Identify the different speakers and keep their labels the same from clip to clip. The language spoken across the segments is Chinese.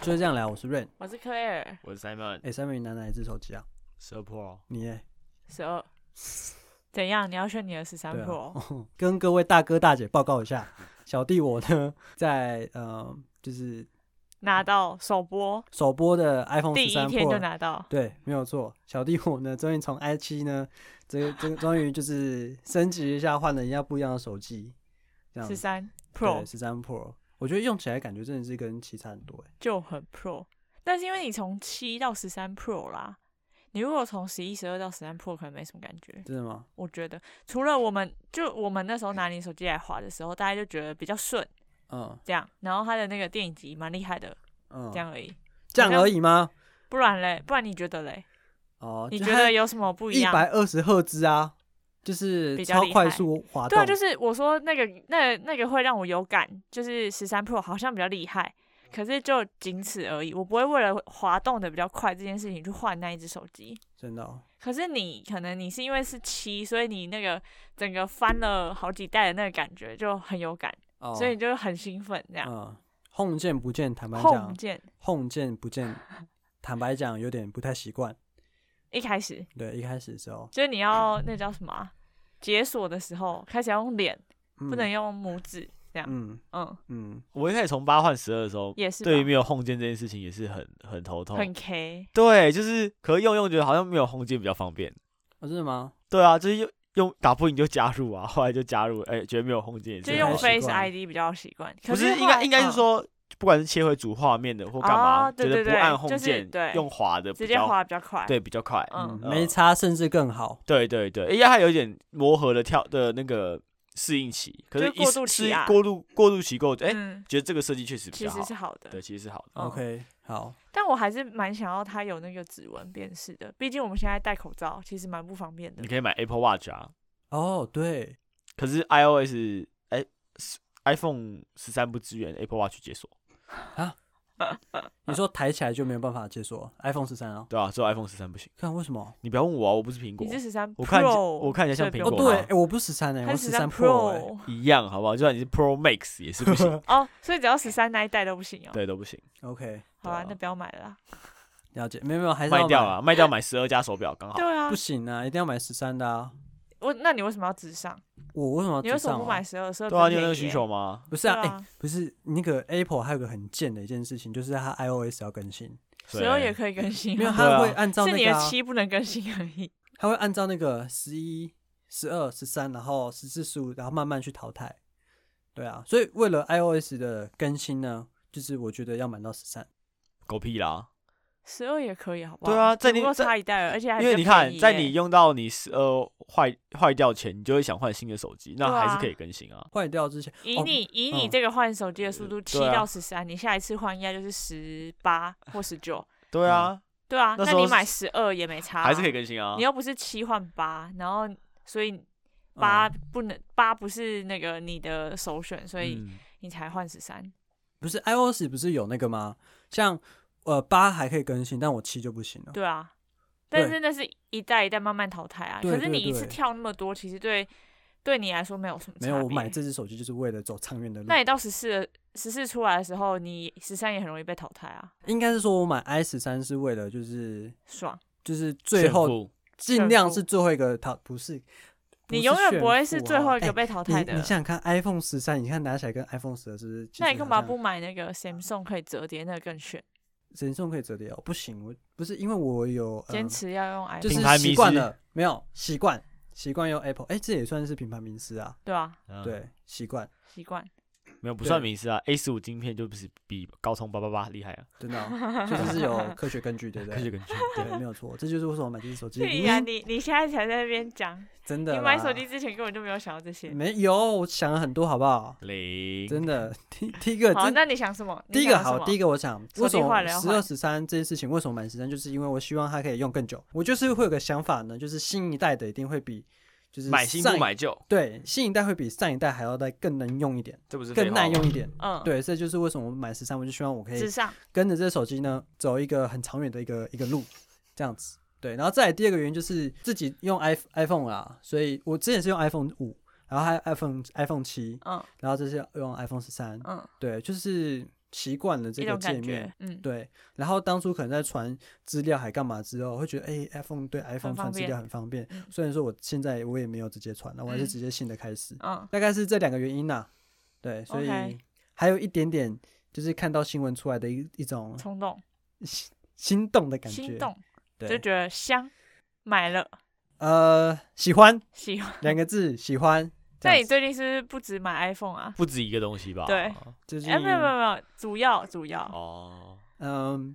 Speaker 1: 这样聊，我是 Rain。
Speaker 2: 我是 Claire，
Speaker 3: 我是 Simon，
Speaker 1: 哎、s a m 你拿哪一只手机啊？
Speaker 3: s u r p r o
Speaker 1: 你耶
Speaker 2: 十二。怎样？你要选你的十三
Speaker 1: 对啊
Speaker 2: Pro？
Speaker 1: 跟各位大哥大姐报告一下，小弟我呢 在呃就是
Speaker 2: 拿到首播
Speaker 1: 首播的 iPhone 哦
Speaker 2: 第
Speaker 1: 十
Speaker 2: 一
Speaker 1: 三
Speaker 2: 天就
Speaker 1: Pro，
Speaker 2: 拿到，
Speaker 1: 对，没有错，小弟我呢终于从 i 七呢，这个这个终于就是升级一下，换了一下不一样的手机，这样
Speaker 2: 十三
Speaker 1: 对
Speaker 2: Pro
Speaker 1: 十三 Pro，我觉得用起来感觉真的是跟其他很多哎、
Speaker 2: 就很 Pro，但是因为你从七到十三 Pro 啦，你如果从十一、十二到十三 Pro 可能没什么感觉。
Speaker 1: 真的吗？
Speaker 2: 我觉得除了我们就我们那时候拿你手机来滑的时候，大家就觉得比较顺
Speaker 1: 嗯
Speaker 2: 这样，然后它的那个电影集蛮厉害的
Speaker 1: 嗯，
Speaker 2: 这样而已，
Speaker 1: 这样而已吗？
Speaker 2: 不然嘞，不然你觉得嘞？
Speaker 1: 哦，
Speaker 2: 你
Speaker 1: 就
Speaker 2: 觉
Speaker 1: 它
Speaker 2: 得有什么不一
Speaker 1: 一
Speaker 2: 样？
Speaker 1: 百二十赫兹啊，就是
Speaker 2: 比较
Speaker 1: 超
Speaker 2: 厉
Speaker 1: 快
Speaker 2: 害
Speaker 1: 速滑动。
Speaker 2: 对啊，就是我说那个那那个会让我有感，就是十三 Pro 好像比较厉害，可是就仅此而已。我不会为了滑动的比较快这件事情去换那一只手机。
Speaker 1: 真的哦、
Speaker 2: 可是你可能你是因为是七，所以你那个整个翻了好几代的那个感觉就很有感，
Speaker 1: 哦
Speaker 2: 所以你就很兴奋这样。
Speaker 1: 嗯，home 键不见，坦白
Speaker 2: 碰
Speaker 1: 讲
Speaker 2: 见
Speaker 1: ，home 键不见，坦白讲有点不太习惯。
Speaker 2: 一开始
Speaker 1: 对，一开始的时候，
Speaker 2: 就是你要那叫什么啊、解锁的时候开始要用脸，
Speaker 1: 嗯、
Speaker 2: 不能用拇指这样。
Speaker 1: 嗯
Speaker 2: 嗯，
Speaker 1: 嗯，
Speaker 3: 我一开始从八换十二的时候，
Speaker 2: 也是吧
Speaker 3: 对于没有空键这件事情也是很很头痛。
Speaker 2: 很 K。
Speaker 3: 对，就是可用用觉得好像没有空键比较方便。
Speaker 1: 哦，真的吗？
Speaker 3: 对啊，就是用用打不赢就加入啊，后来就加入，哎、觉得没有空键也是
Speaker 2: 就
Speaker 3: 很
Speaker 2: 用
Speaker 3: 好
Speaker 1: 飞
Speaker 2: Face
Speaker 1: 习惯
Speaker 2: ID 比较习惯，可
Speaker 3: 不是应
Speaker 2: 后来
Speaker 3: 该应该是
Speaker 2: 嗯
Speaker 3: 说，不管是切回主画面的或干嘛，
Speaker 2: 哦对
Speaker 3: 觉
Speaker 2: 对
Speaker 3: 得
Speaker 2: 对
Speaker 3: 不按 home
Speaker 2: 就是
Speaker 3: 键、
Speaker 2: 对
Speaker 3: 用滑的比
Speaker 2: 直接
Speaker 3: 较
Speaker 2: 滑比较快。
Speaker 3: 对比较快。
Speaker 2: 嗯，
Speaker 3: 呃
Speaker 1: 没差，甚至更好。
Speaker 3: 对对对，因为它有一点磨合的跳的那个适应期，可是
Speaker 2: 就是
Speaker 3: 一
Speaker 2: 过渡期
Speaker 3: 适
Speaker 2: 啊
Speaker 3: 过渡过渡期够，哎、
Speaker 2: 嗯，
Speaker 3: 觉得这个设计确实比
Speaker 2: 其
Speaker 3: 较好
Speaker 2: 实。是好的
Speaker 3: 对，。其实是好的。
Speaker 2: 嗯
Speaker 1: OK，好，
Speaker 2: 但我还是蛮想要它有那个指纹辨识的，毕竟我们现在戴口罩，其实蛮不方便的
Speaker 3: 你。可以买 Apple Watch 啊，
Speaker 1: 哦，对，
Speaker 3: 可是 iOS 哎、是 iPhone 十三不支援 Apple Watch 解锁，
Speaker 2: 嗯
Speaker 1: 你说抬起来就没有办法解锁 iPhone 十三哦，
Speaker 3: 对啊，只有 iPhone 十三不行。
Speaker 1: 看为什么？哦，
Speaker 3: 你不要问我啊，我不是苹果
Speaker 2: 你，是十三
Speaker 3: 我看
Speaker 2: Pro，
Speaker 3: 我看起来像苹
Speaker 2: 所
Speaker 3: 果
Speaker 2: 以不用
Speaker 1: 对，
Speaker 3: 吗
Speaker 2: 怕
Speaker 1: 诶我不是十三呢，
Speaker 2: 它
Speaker 1: 我
Speaker 2: 是
Speaker 1: 十
Speaker 2: 十
Speaker 1: 三
Speaker 2: 三
Speaker 3: 欸
Speaker 1: Pro，诶
Speaker 3: 一样好不好？就算你是 Pro Max 也是 不行，
Speaker 2: 哦，所以只要十三那一代都不行哦。
Speaker 3: 对，都不行，
Speaker 1: OK，
Speaker 2: 好啊
Speaker 3: 对啊，
Speaker 2: 那不要买了啦。
Speaker 1: 了解，没有没有，还是要
Speaker 3: 卖掉
Speaker 1: 买，
Speaker 3: 了，卖掉买十二加手表刚好
Speaker 2: 对。啊
Speaker 1: 不，行啊，一定要买十三的啊。
Speaker 2: 我那你为什么要直上？
Speaker 1: 我为什么要
Speaker 2: 你为
Speaker 1: 直
Speaker 2: 什么
Speaker 1: 上
Speaker 2: 不
Speaker 1: 啊
Speaker 2: 买十二？十二欸
Speaker 3: 对啊，你有那个需求吗？
Speaker 1: 不是
Speaker 2: 对
Speaker 1: 啊，哎、
Speaker 2: 啊，
Speaker 1: 不是那个 Apple 还有个很贱的一件事情，就是它 iOS 要更新，
Speaker 2: 十二
Speaker 3: 对
Speaker 2: 也可以更新
Speaker 1: 没有
Speaker 2: 啊，
Speaker 3: 对
Speaker 1: 它
Speaker 3: 啊
Speaker 1: 会按照
Speaker 2: 是
Speaker 1: 那
Speaker 2: 你
Speaker 1: 个
Speaker 2: 的
Speaker 1: 啊、
Speaker 2: 七不能更新而已。
Speaker 1: 它会按照那个十一、十二、十三，然后十四、十五，然后慢慢去淘汰。对啊，所以为了 iOS 的更新呢，就是我觉得要买到十三。
Speaker 3: 狗屁啦！
Speaker 2: 十二也可以，好不好？
Speaker 3: 对啊在
Speaker 2: 只不
Speaker 3: 你
Speaker 2: 过
Speaker 3: 在
Speaker 2: 差一代而已，而且还
Speaker 3: 因为
Speaker 2: 比
Speaker 3: 你
Speaker 2: 较便
Speaker 3: 看，
Speaker 2: 宜
Speaker 3: 在
Speaker 2: 耶
Speaker 3: 你用到你十二坏坏掉前，你就会想换新的手机，那
Speaker 2: 对啊
Speaker 3: 还是可以更新啊。
Speaker 1: 坏掉之前，
Speaker 2: 以你、以你
Speaker 1: 嗯
Speaker 2: 这个换手机的速度，七
Speaker 3: 对啊
Speaker 2: 到十三、你下一次换应该就是十八或十九。
Speaker 3: 对啊，
Speaker 2: 对啊，
Speaker 3: 那
Speaker 2: 那
Speaker 3: 时候
Speaker 2: 你
Speaker 3: 是
Speaker 2: 买十二也没差、
Speaker 3: 还是可以。更新啊
Speaker 2: 嗯你。又不是七换八，然后所以
Speaker 1: 嗯
Speaker 2: 八不能八、不是那个你的首选，所以
Speaker 3: 嗯
Speaker 2: 你才换十三。
Speaker 1: 不是 iOS 不是有那个吗？像呃八还可以更新，但我七就不行了。
Speaker 2: 对啊，
Speaker 1: 对
Speaker 2: 但是那是一代一代慢慢淘汰啊。
Speaker 1: 对
Speaker 2: 可是你
Speaker 1: 对对
Speaker 2: 一次跳那么多，其实对对你来说没有什么差
Speaker 1: 没
Speaker 2: 别。
Speaker 1: 有，我买这只手机就是为了走长远的路
Speaker 2: 那。你到十四十四出来的时候，你十三也很容易被淘汰啊。
Speaker 1: 应该是说我买 i 十三是为了就是
Speaker 2: 爽，
Speaker 1: 就是最后
Speaker 3: 炫富
Speaker 1: 尽量是最后一个淘，不是，不
Speaker 2: 你
Speaker 1: 是
Speaker 2: 永远不会
Speaker 1: 炫
Speaker 2: 是
Speaker 1: 富
Speaker 2: 最后一
Speaker 1: 啊
Speaker 2: 个被淘汰
Speaker 1: 哎
Speaker 2: 的。
Speaker 1: 你你想想看，iPhone 十三，你看拿起来跟 iPhone 十二是不是？
Speaker 2: 那你干嘛不？买那个 Samsung 可以折叠那个更炫？
Speaker 1: 神送可以折叠哦，不行，我不是因为我有呃
Speaker 2: 坚、持要用 iPhone，、
Speaker 1: 就是
Speaker 3: 品牌迷
Speaker 1: 习惯
Speaker 3: 失
Speaker 1: 了，没有习惯，习惯用 Apple，哎、这也算是品牌名师啊，
Speaker 2: 对啊，
Speaker 3: 嗯
Speaker 1: 对，习惯，
Speaker 2: 习惯。
Speaker 3: 没有不
Speaker 1: 对
Speaker 3: 算名师啊，A 十五晶片就不是比高通八八八厉害啊，
Speaker 1: 真的哦、 所以这是有科学根据，对不
Speaker 3: 科
Speaker 1: 对？
Speaker 3: 学根据。
Speaker 1: 对，没有错，这就是为什么我买这只手机。
Speaker 2: 对呀、
Speaker 1: 嗯
Speaker 2: 你你现在才在那边讲，
Speaker 1: 真的啦，嗯
Speaker 2: 你买手机之前根本就没有想到这些。
Speaker 1: 没有？我想了很多，好不好？
Speaker 3: 零，
Speaker 1: 真的，第第一个，
Speaker 2: 好，
Speaker 1: 真
Speaker 2: 那你想什么？
Speaker 1: 第一个好，
Speaker 2: 好，
Speaker 1: 第一
Speaker 2: 个
Speaker 1: 个我想，
Speaker 2: 手
Speaker 1: 为什
Speaker 2: 机
Speaker 1: 么
Speaker 2: 坏了要
Speaker 1: 十
Speaker 2: 换
Speaker 1: 二十三这件事情为什么满十三，就是因为我希望它可以用更久。我就是会有个想法呢，就是新一代的一定会比就是
Speaker 3: 买新
Speaker 1: 上
Speaker 3: 不
Speaker 1: 一
Speaker 3: 买旧，
Speaker 1: 对新一代会比上一代还要再更能用一点，
Speaker 3: 这不是废
Speaker 1: 更
Speaker 3: 话
Speaker 1: 耐
Speaker 3: 吗
Speaker 1: 用一点。
Speaker 2: 嗯，，
Speaker 1: 对，这就是为什么我买十三，我就希望我可
Speaker 2: 至
Speaker 1: 以
Speaker 2: 上
Speaker 1: 跟着这手机呢走一个很长远的一个一个路，这样子。对，然后再来第二个原因就是自己用 i iPhone 啦，所以我之前是用 iPhone 五，然后还有 iPhone iPhone 七，
Speaker 2: 嗯
Speaker 1: 然后这是用 iPhone 十三，
Speaker 2: 嗯，
Speaker 1: 对，就是习惯了这
Speaker 2: 一
Speaker 1: 个
Speaker 2: 种
Speaker 1: 界
Speaker 2: 感
Speaker 1: 面
Speaker 2: 觉，，嗯，
Speaker 1: 对，然后当初可能在传资料还干嘛之后，会觉得哎、i p h o n e 对 iPhone 传
Speaker 2: 方
Speaker 1: 资
Speaker 2: 便
Speaker 1: 料很方便。
Speaker 2: 嗯
Speaker 1: 虽然说我现在我也没有直接传，那我还是
Speaker 2: 嗯
Speaker 1: 直接信的开始，
Speaker 2: 嗯，
Speaker 1: 大概是这两个原因呐、对，所以
Speaker 2: OK
Speaker 1: 还有一点点就是看到新闻出来的一一种
Speaker 2: 冲动、
Speaker 1: 心心动的感觉，
Speaker 2: 心动，就
Speaker 1: 对，
Speaker 2: 觉得香，买了，
Speaker 1: 呃，喜欢
Speaker 2: 喜欢。
Speaker 1: 两个字，喜欢。这
Speaker 2: 那
Speaker 1: 样
Speaker 2: 你
Speaker 1: 子
Speaker 2: 最近是不是不止买 iPhone 啊？
Speaker 3: 不止一个东西吧？
Speaker 2: 对
Speaker 1: 最近
Speaker 2: 哎，没有没有没有，主要主要，
Speaker 3: 哦，
Speaker 1: 嗯，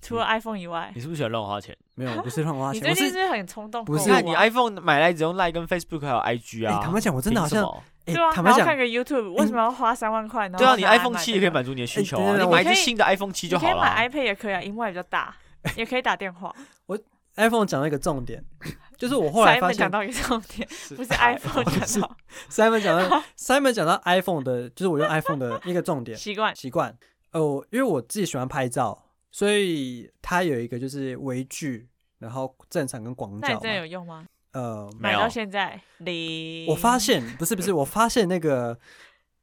Speaker 2: 除了 iPhone 以外
Speaker 3: 你，是不是喜欢乱花钱？
Speaker 1: 没有，我不是乱花
Speaker 2: 你
Speaker 1: 钱，
Speaker 2: 最
Speaker 1: 我
Speaker 2: 近
Speaker 1: 是
Speaker 2: 是很冲动
Speaker 1: 不
Speaker 2: 购物啊，
Speaker 1: 哦是
Speaker 3: 看你 iPhone 买来只用 Line 跟 Facebook 还有 IG
Speaker 1: 哎
Speaker 3: 啊。，
Speaker 1: 坦白讲，我真的好
Speaker 3: 凭什
Speaker 1: 像
Speaker 3: 么
Speaker 1: 哎
Speaker 2: 对啊，，
Speaker 1: 坦
Speaker 2: 然
Speaker 1: 白
Speaker 2: 后
Speaker 1: 讲
Speaker 2: 看，个 YouTube，为什么要花三万块呢？
Speaker 3: 对啊，
Speaker 2: 然后
Speaker 3: 你
Speaker 2: 拿来
Speaker 3: iPhone
Speaker 2: 买
Speaker 3: 七
Speaker 2: 这
Speaker 3: 也可以
Speaker 2: 个，
Speaker 3: 满足你的需
Speaker 1: 哎
Speaker 3: 求
Speaker 1: 对
Speaker 3: 啊，
Speaker 1: 对
Speaker 3: 你
Speaker 1: 对
Speaker 3: 买一
Speaker 2: 我
Speaker 3: 只
Speaker 2: 可以
Speaker 3: 新的 iPhone 七
Speaker 2: 你
Speaker 3: 就
Speaker 2: 可以
Speaker 3: 好了
Speaker 2: 买
Speaker 3: 啊。
Speaker 2: iPad 也可以啊，荧幕也比较大，也可以打电话。
Speaker 1: iPhone 讲到一个重点，就是我后来
Speaker 2: Simon
Speaker 1: 发现
Speaker 2: 讲到一个重点，不是
Speaker 3: 哎
Speaker 2: iPhone
Speaker 1: 是
Speaker 2: 讲到
Speaker 1: Simon 讲 到 Simon 讲到 iPhone 的，就是我用 iPhone 的一个重点
Speaker 2: 习惯，
Speaker 1: 习惯。哦，因为我自己喜欢拍照，所以它有一个就是微距，然后正常跟广
Speaker 2: 那你
Speaker 1: 角
Speaker 2: 真的有
Speaker 1: 嘛。
Speaker 2: 用吗？
Speaker 1: 呃，
Speaker 3: 没
Speaker 2: 买到
Speaker 3: 有
Speaker 2: 现在零，
Speaker 1: 我发现不是不是，我发现那个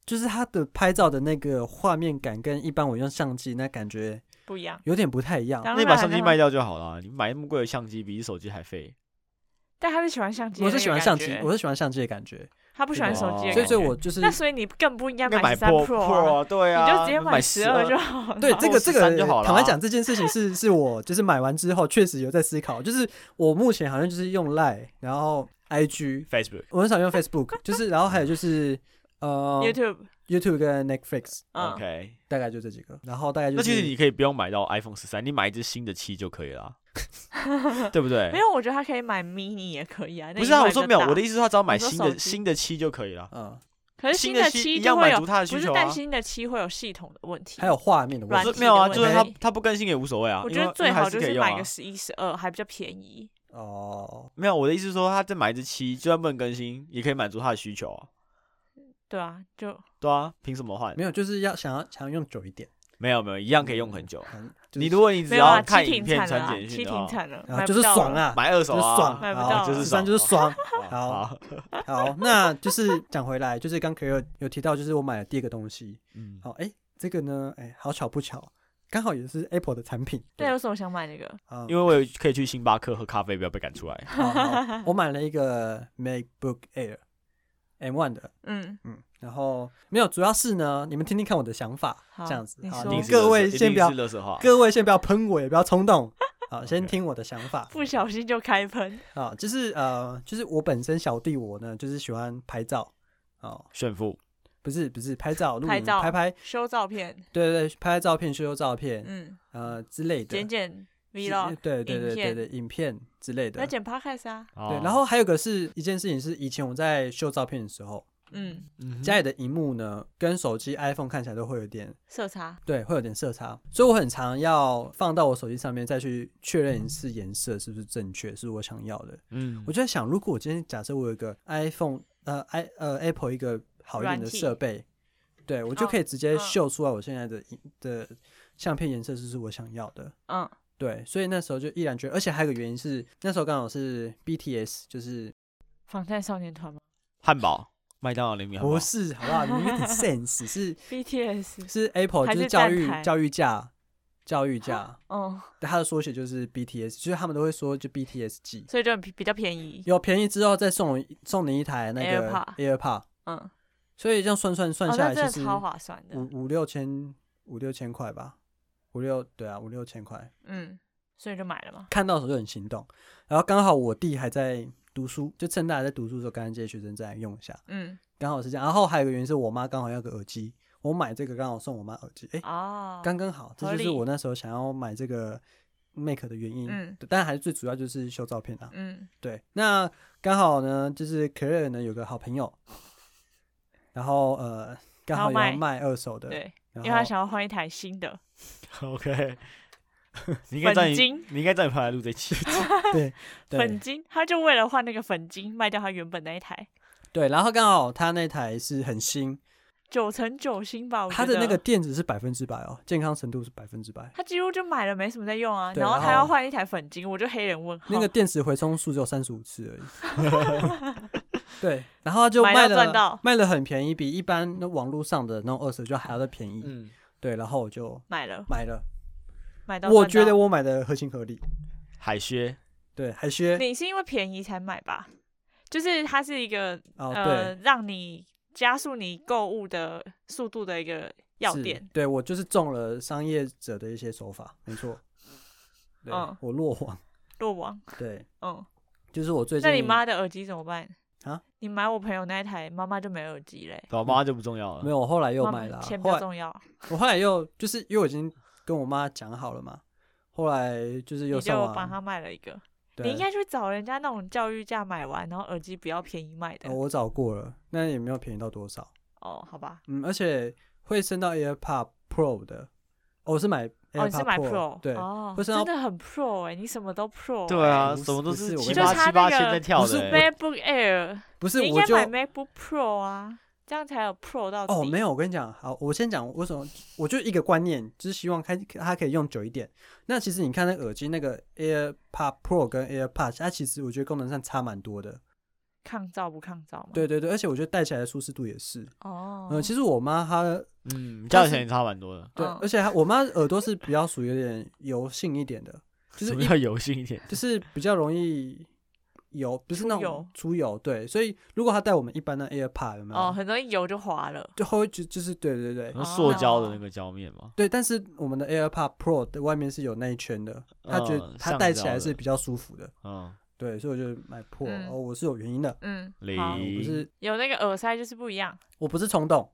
Speaker 1: 就是它的拍照的那个画面感跟一般我用相机那感觉
Speaker 2: 不一样。
Speaker 1: 有点不太一样。
Speaker 2: 当
Speaker 3: 那你
Speaker 2: 然
Speaker 3: 把相机
Speaker 2: 啊
Speaker 3: 卖掉就好了啊，你买那么贵的相机比手机还费。
Speaker 2: 但他是喜欢相机，
Speaker 1: 我是喜欢相机，我是喜欢相机的感觉，
Speaker 2: 他不喜欢手机的感觉，
Speaker 1: 所以所以我就是
Speaker 2: 那所以你更不应该
Speaker 3: 应该
Speaker 2: 买
Speaker 3: 买
Speaker 2: 三
Speaker 3: Pro
Speaker 2: Pro 啊。
Speaker 3: 啊，对啊，
Speaker 2: 你就直接
Speaker 3: 买
Speaker 2: 十二就
Speaker 3: 12
Speaker 2: 好了。
Speaker 1: 对这个这个
Speaker 3: 13就好，了啊
Speaker 1: 坦白讲，这件事情是是我就是买完之后确实有在思考，就是我目前好像就是用 Line，然后 IG，
Speaker 3: Facebook。
Speaker 1: 我很少用 Facebook，就是然后还有就是呃
Speaker 2: YouTube，
Speaker 1: YouTube 跟 Netflix，
Speaker 2: 嗯，
Speaker 3: OK，
Speaker 1: 大概就这几个，然后大概就
Speaker 3: 那其实
Speaker 1: 是
Speaker 3: 你可以不用买到 iPhone 十三，你买一只新的七就可以 了啊，对不对？
Speaker 2: 没有，我觉得他可以买 Mini 也可以啊。那
Speaker 3: 不是啊，
Speaker 2: 荧幕
Speaker 3: 我
Speaker 2: 也
Speaker 3: 说
Speaker 2: 比
Speaker 3: 没有
Speaker 2: 较，大
Speaker 3: 我的意思是他只要买
Speaker 2: 你说
Speaker 3: 新
Speaker 2: 手
Speaker 3: 的
Speaker 2: 机
Speaker 3: 新的七就可以了，啊
Speaker 1: 嗯，
Speaker 2: 可是
Speaker 3: 新
Speaker 2: 的
Speaker 3: 七
Speaker 2: 七
Speaker 3: 一
Speaker 2: 就
Speaker 3: 样
Speaker 2: 会
Speaker 3: 满
Speaker 2: 有
Speaker 3: 足，他的需
Speaker 2: 不是
Speaker 3: 求啊
Speaker 2: 但。新的七会有系统的问题。
Speaker 1: 还有画面的
Speaker 3: 我
Speaker 1: 问
Speaker 2: 软
Speaker 1: 题
Speaker 3: 说
Speaker 2: 体
Speaker 3: 没有啊，
Speaker 2: 的
Speaker 3: 就是
Speaker 2: 问
Speaker 3: 他
Speaker 2: 题
Speaker 3: 他不更新也无所谓啊，
Speaker 2: 我
Speaker 3: 因
Speaker 2: 觉
Speaker 3: 为
Speaker 2: 得最
Speaker 3: 因为
Speaker 2: 好
Speaker 3: 还
Speaker 2: 就是
Speaker 3: 可以
Speaker 2: 是
Speaker 3: 用
Speaker 2: 买
Speaker 3: 啊
Speaker 2: 个。十一、十二，还比较便宜。
Speaker 1: 哦，
Speaker 3: 没有，我的意思是说，他再买一只七，就算不能更新，也可以满足他的需求啊。
Speaker 2: 对啊，就
Speaker 3: 对啊，凭什么换？
Speaker 1: 没有，就是要想要想要用久一点，
Speaker 3: 没有没有，一样可以用很久。
Speaker 1: 嗯就是
Speaker 3: 你如果你只
Speaker 2: 没有啊，
Speaker 3: 要
Speaker 2: 七
Speaker 3: 看
Speaker 2: 停产
Speaker 3: 影片
Speaker 2: 了啊
Speaker 3: 传，简
Speaker 2: 七
Speaker 3: 讯的
Speaker 2: 停
Speaker 3: 话，
Speaker 2: 产了，
Speaker 1: 啊
Speaker 2: 买
Speaker 1: 就
Speaker 2: 不
Speaker 1: 是
Speaker 2: 到
Speaker 1: 爽
Speaker 2: 了。
Speaker 1: 啊，
Speaker 3: 买二手
Speaker 1: 就是
Speaker 3: 啊，
Speaker 1: 爽，
Speaker 2: 买不
Speaker 1: 好
Speaker 2: 到
Speaker 1: 就是
Speaker 2: 了
Speaker 1: 爽，就是爽。好
Speaker 3: 好，
Speaker 1: 好，那就是讲回来，就是刚 Clare 有提到，就是我买了第一个东西，
Speaker 3: 嗯，
Speaker 1: 好，哎，这个呢，哎，好巧不巧，刚好也是 Apple 的产品，
Speaker 2: 那有什么想买那个？
Speaker 1: 啊，
Speaker 3: 因为我有可以去星巴克喝咖啡，不要被赶出来。
Speaker 1: 好好我买了一个 MacBook Air M One 的，
Speaker 2: 嗯，
Speaker 1: 嗯，然后没有，主要是呢，你们听听看我的想法，
Speaker 2: 好
Speaker 1: 这样子
Speaker 2: 你，
Speaker 1: 好，
Speaker 2: 说
Speaker 1: 你
Speaker 2: 一定是
Speaker 1: 各位先不要，
Speaker 3: 乐色话，
Speaker 1: 各位先不要喷我，也不要冲动，好，先
Speaker 3: OK
Speaker 1: 听我的想法，
Speaker 2: 不小心就开喷，
Speaker 1: 啊，就是呃，就是我本身小弟我呢，就是喜欢拍照，哦，
Speaker 3: 炫富。
Speaker 1: 不是不是拍照，录
Speaker 2: 拍
Speaker 1: 影
Speaker 2: 照
Speaker 1: 拍拍，
Speaker 2: 修照片，
Speaker 1: 对对对，拍拍照片、修修照片，
Speaker 2: 嗯，
Speaker 1: 呃之类的
Speaker 2: 剪，剪
Speaker 1: 是
Speaker 2: vlog，
Speaker 1: 呃对对对对
Speaker 2: 影片
Speaker 1: 对，影片之类的
Speaker 2: 那，剪 podcast 啊，
Speaker 1: 对
Speaker 3: 对，
Speaker 1: 然后还有个是一件事情是，以前我在修照片的时候。
Speaker 2: 嗯，
Speaker 1: 家里的荧幕呢，跟手机 iPhone 看起来都会有点
Speaker 2: 色差，
Speaker 1: 对，会有点色差，所以我很常要放到我手机上面再去确认一次颜色是不是正确，是我想要的。
Speaker 3: 嗯
Speaker 1: 我就在想，如果我今天假设我有一个 iPhone，呃，i 呃 Apple 一个好一点的
Speaker 2: 软体
Speaker 1: 设备，对我就
Speaker 2: 哦
Speaker 1: 可以直接
Speaker 2: 嗯
Speaker 1: 秀出来我现在的荧的相片颜色是不是我想要的。
Speaker 2: 嗯，
Speaker 1: 对，所以那时候就毅然决然，而且还有个原因是那时候刚好是 BTS，就是
Speaker 2: 防弹少年团吗
Speaker 3: 汉堡，麦当劳里面
Speaker 1: 不是好不好？你有点 sense 是
Speaker 2: ？BTS，
Speaker 1: 是 Apple
Speaker 2: 还
Speaker 1: 就是
Speaker 2: 是
Speaker 1: 教
Speaker 2: 站
Speaker 1: 育
Speaker 2: 台
Speaker 1: 教育价教育价，
Speaker 2: 嗯，
Speaker 1: 它的缩写就是 BTS，就是他们都会说就 BTS 季，
Speaker 2: 所以就很比比较便宜，
Speaker 1: 有便宜之后再送你送你一台那个
Speaker 2: AirPod
Speaker 1: AirPod，
Speaker 2: 嗯，哦，
Speaker 1: 所以这样算算算下
Speaker 2: 那
Speaker 1: 来
Speaker 2: 真的
Speaker 1: 其实
Speaker 2: 超划算的，
Speaker 1: 五五六千五六千块吧，五六对啊五六千块，
Speaker 2: 嗯，所以就买了嘛，
Speaker 1: 看到的时候就很心动。然后刚好我弟还在读书，就趁他还在读书的时候，刚刚这些学生再来用一下，
Speaker 2: 嗯，
Speaker 1: 刚好是这样。然后还有一个原因是我妈刚好要个耳机，我买这个刚好送我妈耳机，哎、
Speaker 2: 哦，
Speaker 1: 刚刚好，这
Speaker 2: 合
Speaker 1: 就是
Speaker 2: 理
Speaker 1: 我那时候想要买这个 Make 的原因。
Speaker 2: 嗯
Speaker 1: 对但还是最主要就是修照片啊。
Speaker 2: 嗯，
Speaker 1: 对，那刚好呢，就是 c l a r 呢有个好朋友， 然后呃刚好有
Speaker 2: 然
Speaker 1: 要
Speaker 2: 后卖
Speaker 1: 卖二手的，
Speaker 2: 对，
Speaker 1: 然
Speaker 2: 因为他
Speaker 1: 后
Speaker 2: 想要换一台新的，
Speaker 3: OK，你应该在
Speaker 2: 粉
Speaker 3: 你
Speaker 2: 晶
Speaker 3: 你应该在你旁边录这期，
Speaker 1: 对
Speaker 2: 粉
Speaker 1: 对
Speaker 2: 晶，他就为了换那个粉晶，卖掉他原本那一台
Speaker 1: 对，然后刚好他那台是很新，
Speaker 2: 九成九星吧，我
Speaker 1: 他
Speaker 2: 觉
Speaker 1: 的那
Speaker 2: 得
Speaker 1: 个电池是百分之百哦，健康程度是百分之百，
Speaker 2: 他几乎就买了没什么在用啊，
Speaker 1: 对
Speaker 2: 然后
Speaker 1: 然
Speaker 2: 他要
Speaker 1: 后
Speaker 2: 换一台粉晶，我就黑人问号，
Speaker 1: 那个电池回充数只有三十五次而已。 对，然后他就
Speaker 2: 买到
Speaker 1: 卖
Speaker 2: 赚
Speaker 1: 了
Speaker 2: 到
Speaker 1: 卖了很便宜，比一般那网络上的那种二手就还要再便宜。
Speaker 3: 嗯，
Speaker 1: 对，然后我就
Speaker 2: 买了，
Speaker 1: 买了。
Speaker 2: 买到
Speaker 1: 我
Speaker 2: 赚
Speaker 1: 觉得
Speaker 2: 到
Speaker 1: 我买的合情合理。
Speaker 3: 海靴
Speaker 1: 对，海靴
Speaker 2: 你是因为便宜才买吧？就是它是一个、
Speaker 1: 哦，
Speaker 2: 呃
Speaker 1: 对，
Speaker 2: 让你加速你购物的速度的一个药
Speaker 1: 是
Speaker 2: 店，
Speaker 1: 对我就是中了商业者的一些手法，没 错。对，
Speaker 2: 嗯
Speaker 1: 我落网。
Speaker 2: 落网。
Speaker 1: 对，
Speaker 2: 嗯，
Speaker 1: 就是我最近。
Speaker 2: 那你妈的耳机怎么办
Speaker 1: 啊？
Speaker 2: 你买我朋友那一台，妈妈就没耳机嘞。
Speaker 3: 对吧？妈妈就不重要了。
Speaker 1: 没有，我后来又
Speaker 2: 妈妈
Speaker 1: 买了啊、
Speaker 2: 钱比
Speaker 1: 后
Speaker 2: 较
Speaker 1: 来
Speaker 2: 重要。
Speaker 1: 我后来又就是因为我已经跟我妈讲好了嘛，后来就是又
Speaker 2: 你
Speaker 1: 上
Speaker 2: 就帮
Speaker 1: 网。
Speaker 2: 他卖了一个。你
Speaker 1: 对
Speaker 2: 应，该去找人家那种教育价买完，然后耳机比较便宜卖的
Speaker 1: 呃。我找过了，那也没有便宜到多少。
Speaker 2: 哦，好吧，
Speaker 1: 嗯，而且会升到 AirPod Pro 的，哦、我是买 AirPod
Speaker 2: 哦，你是买 Pro，
Speaker 1: 对，啊
Speaker 2: 哦，
Speaker 1: 会升
Speaker 2: 真
Speaker 1: 到
Speaker 2: 的很 Pro 哎，你什么都 Pro 欸。
Speaker 3: 对
Speaker 1: 哎
Speaker 3: 啊，
Speaker 1: 不是
Speaker 3: 什么都
Speaker 1: 不是我
Speaker 3: 七
Speaker 1: 跟
Speaker 2: 你
Speaker 3: 八
Speaker 2: 说
Speaker 3: 七八
Speaker 2: 就是
Speaker 3: 千
Speaker 2: 他那个
Speaker 3: 在跳
Speaker 1: 不是
Speaker 3: 的、欸。
Speaker 2: ，MacBook Air，
Speaker 1: 不是
Speaker 2: 你应
Speaker 1: 我
Speaker 2: 该
Speaker 1: 就
Speaker 2: 买 MacBook Pro 啊，这样才有 Pro 到底。
Speaker 1: 哦，没有，我跟你讲，好，我先讲为什么，我就一个观念，就是希望开它可以用久一点。那其实你看那耳机那个 AirPod Pro 跟 AirPod，它其实我觉得功能上差蛮多的。
Speaker 2: 抗噪不抗噪嘛。，
Speaker 1: 对对对，而且我觉得戴起来的舒适度也是。
Speaker 2: 哦
Speaker 1: 嗯、，其实我妈她
Speaker 3: 嗯，价钱也差蛮多的。
Speaker 1: 对，
Speaker 2: 嗯
Speaker 1: 而且她我妈耳朵是比较属于有点油性一点的，就
Speaker 3: 什
Speaker 1: 是
Speaker 3: 么
Speaker 1: 一
Speaker 3: 叫油性一点？
Speaker 1: 就是比较容易油，不是
Speaker 2: 出
Speaker 1: 那种
Speaker 2: 油
Speaker 1: 出油。对，所以如果她戴我们一般的 AirPod 有没有？
Speaker 2: 哦，很容易油就滑了。
Speaker 1: 就会就就是对对对
Speaker 3: 然后塑胶的那个胶面嘛，
Speaker 1: 对，但是我们的 AirPod Pro 的外面是有那一圈的，他觉得
Speaker 3: 嗯
Speaker 1: 他
Speaker 3: 橡
Speaker 1: 戴起
Speaker 3: 胶
Speaker 1: 来
Speaker 3: 的
Speaker 1: 是比较舒服的，
Speaker 3: 嗯，
Speaker 1: 对，所以我就买 Pro，、
Speaker 2: 嗯
Speaker 1: 哦，我是有原因的，
Speaker 2: 嗯，好，
Speaker 1: 我不
Speaker 3: 零
Speaker 1: 是
Speaker 2: 有那个耳塞就是不一样，
Speaker 1: 我不是冲动，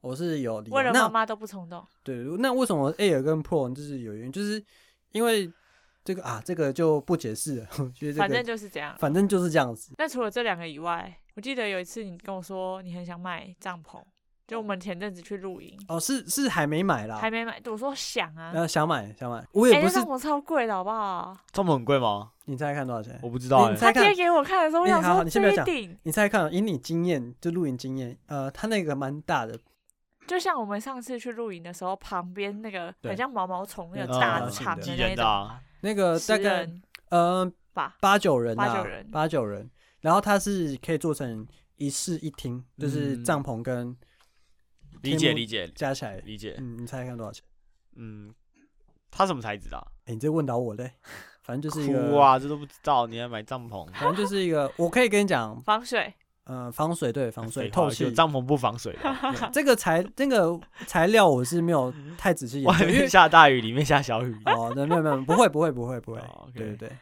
Speaker 1: 我是有理由。
Speaker 2: 为了妈
Speaker 1: 那
Speaker 2: 妈都不冲动。
Speaker 1: 对，那为什么 Air 跟 Pro 就是有原因，就是因为这个啊，这个就不解释了，我觉得这个
Speaker 2: 反正就是这样。
Speaker 1: 反正就是这样子，
Speaker 2: 那除了这两个以外，我记得有一次你跟我说你很想买帐篷，就我们前阵子去露营，
Speaker 1: 哦，是是还没买啦
Speaker 2: 还，没买，我说想啊，
Speaker 1: 哦呃，想买想买，我
Speaker 2: 哎、
Speaker 1: 也
Speaker 2: 那
Speaker 1: 不是，
Speaker 2: 帐篷超贵的好不好？
Speaker 3: 帐篷很贵吗？
Speaker 1: 你猜看多少钱？
Speaker 3: 我不知道
Speaker 1: 你
Speaker 3: 哎、
Speaker 1: 猜
Speaker 2: 他
Speaker 1: 看
Speaker 2: 贴给我看的时候，我
Speaker 1: 哎
Speaker 2: 想
Speaker 1: 好好
Speaker 2: 说
Speaker 1: 你先不要
Speaker 2: 这
Speaker 1: 讲
Speaker 2: 一顶，
Speaker 1: 你猜看，以你经验，就露营经验，呃，它那个蛮大的，
Speaker 2: 就像我们上次去露营的时候，旁边那个
Speaker 1: 对嗯
Speaker 2: 很像毛毛虫那
Speaker 3: 那
Speaker 2: 个
Speaker 3: 个
Speaker 2: 大
Speaker 3: 大
Speaker 1: 型
Speaker 2: 厂
Speaker 1: 的
Speaker 2: 的
Speaker 3: 嗯几
Speaker 2: 那
Speaker 3: 人的、
Speaker 2: 种，
Speaker 3: 啊？
Speaker 1: 那个大
Speaker 2: 十
Speaker 1: 概
Speaker 2: 人
Speaker 1: 呃
Speaker 2: 吧，
Speaker 1: 八九人、啊，
Speaker 2: 八九人
Speaker 1: 八九人然后它是可以做成一室一厅，就是
Speaker 3: 嗯
Speaker 1: 帐篷跟
Speaker 3: 理解理解
Speaker 1: 加起来，
Speaker 3: 理解，
Speaker 1: 嗯，你猜猜看多少钱？
Speaker 3: 嗯，它什么材质的啊？
Speaker 1: 哎，你这问倒我嘞，反正就是一
Speaker 3: 哭
Speaker 1: 个，
Speaker 3: 啊，这都不知道，你还买帐篷？
Speaker 1: 反正就是一个，我可以跟你讲，
Speaker 2: 防水
Speaker 1: 呃，防水对防水
Speaker 3: 废话
Speaker 1: 透气
Speaker 3: 有，帐篷不防水的，
Speaker 1: 对这个材那个材料我是没有太仔 细研
Speaker 3: 外
Speaker 1: 究，因为
Speaker 3: 面下大雨，里面下小雨。
Speaker 1: 哦，对没有没有，不会不会不会不会
Speaker 3: 哦，，OK
Speaker 1: 对对对，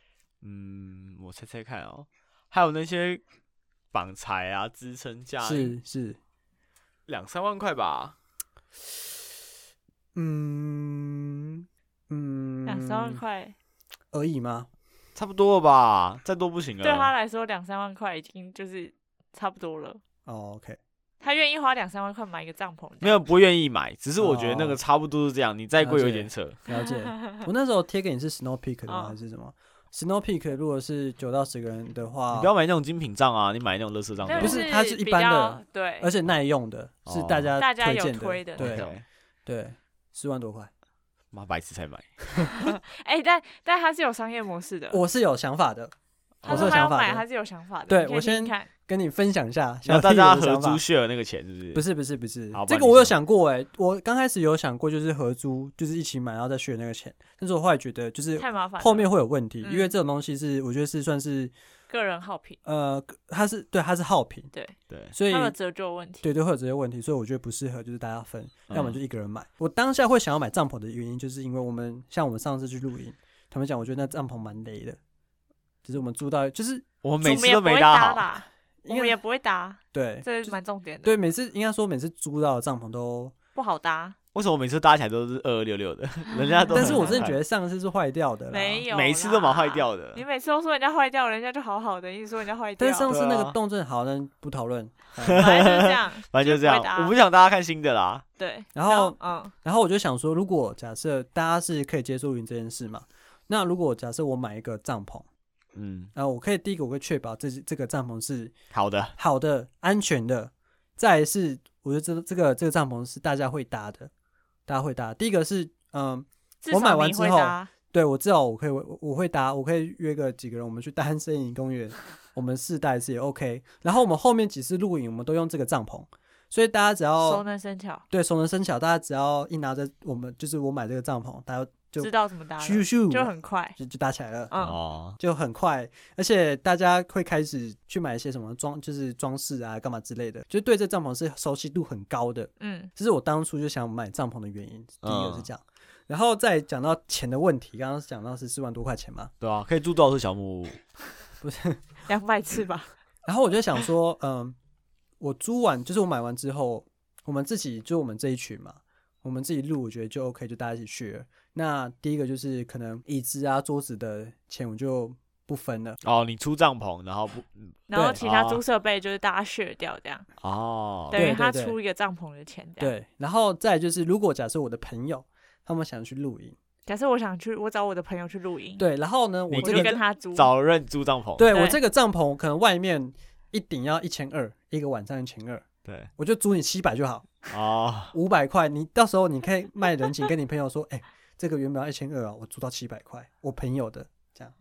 Speaker 3: 嗯，我猜猜看哦，还有那些绑材啊、支撑架，
Speaker 1: 是是，
Speaker 3: 两三万块吧？
Speaker 1: 嗯嗯，
Speaker 2: 两三万块，
Speaker 1: 而已吗？
Speaker 3: 差不多了吧，再多不行了。
Speaker 1: 嗯
Speaker 2: 对啊他来说两三万块已经就是差不多了。
Speaker 1: 哦，OK，
Speaker 2: 他愿意花两三万块买一个帐篷，
Speaker 3: 没有不愿意买，只是我觉得那
Speaker 1: 哦
Speaker 3: 个差不多是这样，你再贵有点扯。
Speaker 1: 了解。 我那时候贴给你是 Snow Peak 的吗？
Speaker 2: 哦
Speaker 1: 还是什么？Snow Peak 如果是九到十个人的
Speaker 3: 你
Speaker 1: 话
Speaker 3: 不，要买那种精品帐啊，你买那种乐色帐就
Speaker 2: 那
Speaker 3: 好。
Speaker 1: 啊不
Speaker 2: 是
Speaker 1: 是它是一
Speaker 2: 比
Speaker 1: 般的
Speaker 2: 较，对，
Speaker 1: 而且耐用的，是
Speaker 3: 哦
Speaker 1: 大家
Speaker 2: 大家有
Speaker 1: 荐
Speaker 2: 推的
Speaker 1: 的，
Speaker 2: 那
Speaker 1: 对
Speaker 2: 种
Speaker 3: OK，
Speaker 1: 对，四万多块，
Speaker 3: 妈白痴才买。
Speaker 2: 哎、但但他是有商业模式的。
Speaker 1: 我是有想法的，
Speaker 2: 他
Speaker 1: 我是
Speaker 2: 说
Speaker 1: 有
Speaker 2: 他
Speaker 1: 想
Speaker 2: 要
Speaker 1: 法
Speaker 2: 买，
Speaker 1: 的
Speaker 2: 他是有想法的。
Speaker 1: 对
Speaker 2: 你可以
Speaker 1: 我先
Speaker 2: 听听看，
Speaker 1: 跟你分享一下，
Speaker 3: 然
Speaker 1: 想
Speaker 3: 后大家合
Speaker 1: 合
Speaker 3: 租 share 那个钱是不是？
Speaker 1: 不
Speaker 3: 是，
Speaker 1: 是不是不是
Speaker 3: 好，吧
Speaker 1: 这个
Speaker 3: 你
Speaker 1: 我有
Speaker 3: 说
Speaker 1: 想过哎、我刚开始有想过就是合租，就是一起买然后再学那个钱，但是我后来觉得就是
Speaker 2: 太麻烦了。
Speaker 1: 后面会有问题，因为
Speaker 2: 嗯
Speaker 1: 这种东西是我觉得是算是
Speaker 2: 个人好评，
Speaker 1: 呃，它是对它是耗品，
Speaker 3: 对，
Speaker 1: 所以
Speaker 2: 他有折旧问题。
Speaker 1: 对，都会有这些问题，所以我觉得不适合就是大家分，
Speaker 3: 嗯
Speaker 1: 要么就一个人买。我当下会想要买帐篷的原因，就是因为我们像我们上次去露营，他们讲我觉得那帐篷蛮雷的，就是我们租到就是
Speaker 3: 我
Speaker 2: 我
Speaker 3: 每
Speaker 2: 们
Speaker 3: 次
Speaker 2: 也
Speaker 3: 都
Speaker 2: 不会
Speaker 3: 没
Speaker 2: 搭
Speaker 3: 好。
Speaker 2: 啦，我
Speaker 1: 应
Speaker 2: 们
Speaker 1: 该
Speaker 2: 也不会搭，
Speaker 1: 对
Speaker 2: 这是蛮重点的。
Speaker 1: 对，每次应该说每次租到的帐篷都，
Speaker 2: 不好搭，
Speaker 3: 为什么我每次搭起来都是二二六六的？ 人家都很
Speaker 1: 但是我真的
Speaker 3: 厉害
Speaker 1: 觉得上次是坏掉的啦，
Speaker 2: 没有，
Speaker 3: 每次都蛮坏。掉的
Speaker 2: 你。每次都说人家坏掉，人家就好好的，一直说人家坏掉
Speaker 1: 但，是上次
Speaker 3: 对
Speaker 1: 那
Speaker 3: 啊
Speaker 1: 个洞真的好，那不讨 论。
Speaker 2: 本
Speaker 1: 嗯
Speaker 2: 来就是这样。
Speaker 3: 反正就是这
Speaker 2: 就不会
Speaker 3: 样，
Speaker 2: 搭
Speaker 3: 我不想大家看新的啦。
Speaker 2: 对，
Speaker 1: 然后
Speaker 2: 嗯，
Speaker 1: 然后我就想说，如果假设大家是可以接受露营这件事嘛，那如果假设我买一个帐篷，
Speaker 3: 嗯，
Speaker 1: 呃然后我可以第一个我会确保这这个帐篷是
Speaker 3: 好的，
Speaker 1: 好的、安全的。再来是，我觉得这这个这个帐篷是大家会搭的，大家会搭。第一个是，嗯，
Speaker 2: 至少
Speaker 1: 我买完
Speaker 2: 你
Speaker 1: 之
Speaker 2: 会
Speaker 1: 后
Speaker 2: 搭
Speaker 1: 对我至少我可以我我会搭，我可以约个几个人，我们去大安森 林公园，我们试搭一次也 OK。然后我们后面几次露营，我们都用这个帐篷，所以大家只
Speaker 2: 熟
Speaker 1: 要
Speaker 2: 能生巧，
Speaker 1: 对熟能生巧，大家只要一拿着我们就是我买这个帐篷，大家就
Speaker 2: 知道怎么搭了，
Speaker 1: 咻咻
Speaker 2: 就很快。
Speaker 1: 就就搭起来了。
Speaker 2: 嗯，
Speaker 3: 哦，
Speaker 1: 就很快，而且大家会开始去买一些什么装，就是装饰啊、干嘛之类的，就对这帐篷是熟悉度很高的。
Speaker 2: 嗯，
Speaker 1: 这是我当初就想买帐篷的原因，第一个是
Speaker 3: 嗯
Speaker 1: 这样，然后再讲到钱的问题，刚刚讲到是四万多块钱嘛，
Speaker 3: 对啊，可以住多少次小木屋？
Speaker 2: 两百 次吧。
Speaker 1: 然后我就想说，嗯，我租完就是我买完之后，我们自己就我们这一群嘛，我们自己录，我觉得就 OK，就大家一起去了。那第一个就是可能椅子啊、桌子的钱我就不分了，
Speaker 3: 哦，你出帐篷，然后不
Speaker 2: 然后
Speaker 1: 对
Speaker 2: 其他
Speaker 3: 哦
Speaker 2: 租设备就是大家 share 掉这样，
Speaker 3: 哦，
Speaker 2: 等于
Speaker 1: 对
Speaker 2: 他
Speaker 1: 对
Speaker 2: 出一个帐篷的钱这样。
Speaker 1: 对。然后再就是，如果假设我的朋友他们想去露营，
Speaker 2: 假设我想去，我找我的朋友去露营，
Speaker 1: 对，然后呢，我
Speaker 3: 你
Speaker 2: 我
Speaker 1: 这
Speaker 2: 就
Speaker 1: 个
Speaker 2: 跟他租。
Speaker 3: 找人租帐篷，
Speaker 1: 对
Speaker 2: 嗯对
Speaker 1: 我这个帐篷可能外面一顶要一千二，一个晚上一千二，
Speaker 3: 对，
Speaker 1: 我就租你七百就好，
Speaker 3: 哦，
Speaker 1: 五百块，你到时候你可以卖人情，跟你朋友说，哎、这个原本要一千二啊，我租到七百块，我朋友的，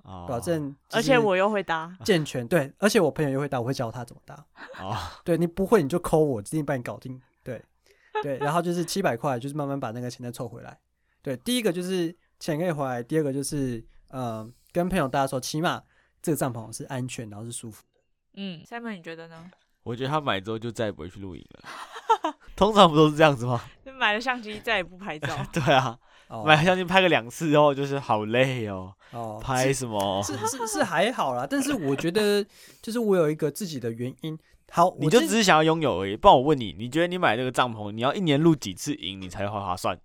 Speaker 3: 哦
Speaker 1: 保证就是
Speaker 2: 而且我又会搭，
Speaker 1: 健全，对，而且我朋友又会搭，我会教他怎么搭，
Speaker 3: 哦，
Speaker 1: 对你不会你就抠我，一定帮你搞定，对对，然后就是七百块，就是慢慢把那个钱再凑回来，对，第一个就是钱可以回来，第二个就是呃，跟朋友搭的时候，起码这个帐篷是安全，然后是舒服。
Speaker 2: 嗯，Simon 你觉得呢？
Speaker 3: 我觉得他买之后就再也不会去露营了。通常不都是这样子吗？
Speaker 2: 就买了相机再也不拍照，
Speaker 3: 对啊，
Speaker 1: 哦
Speaker 3: 买相机拍个两次后就是好累哦，
Speaker 1: 哦，
Speaker 3: 拍什么？
Speaker 1: 是是是还好啦，但是我觉得就是我有一个自己的原因。好，
Speaker 3: 你
Speaker 1: 我
Speaker 3: 就
Speaker 1: 自
Speaker 3: 只是想要拥有而已。不然我问你，你觉得你买这个帐篷，你要一年露几次营，你才会划算？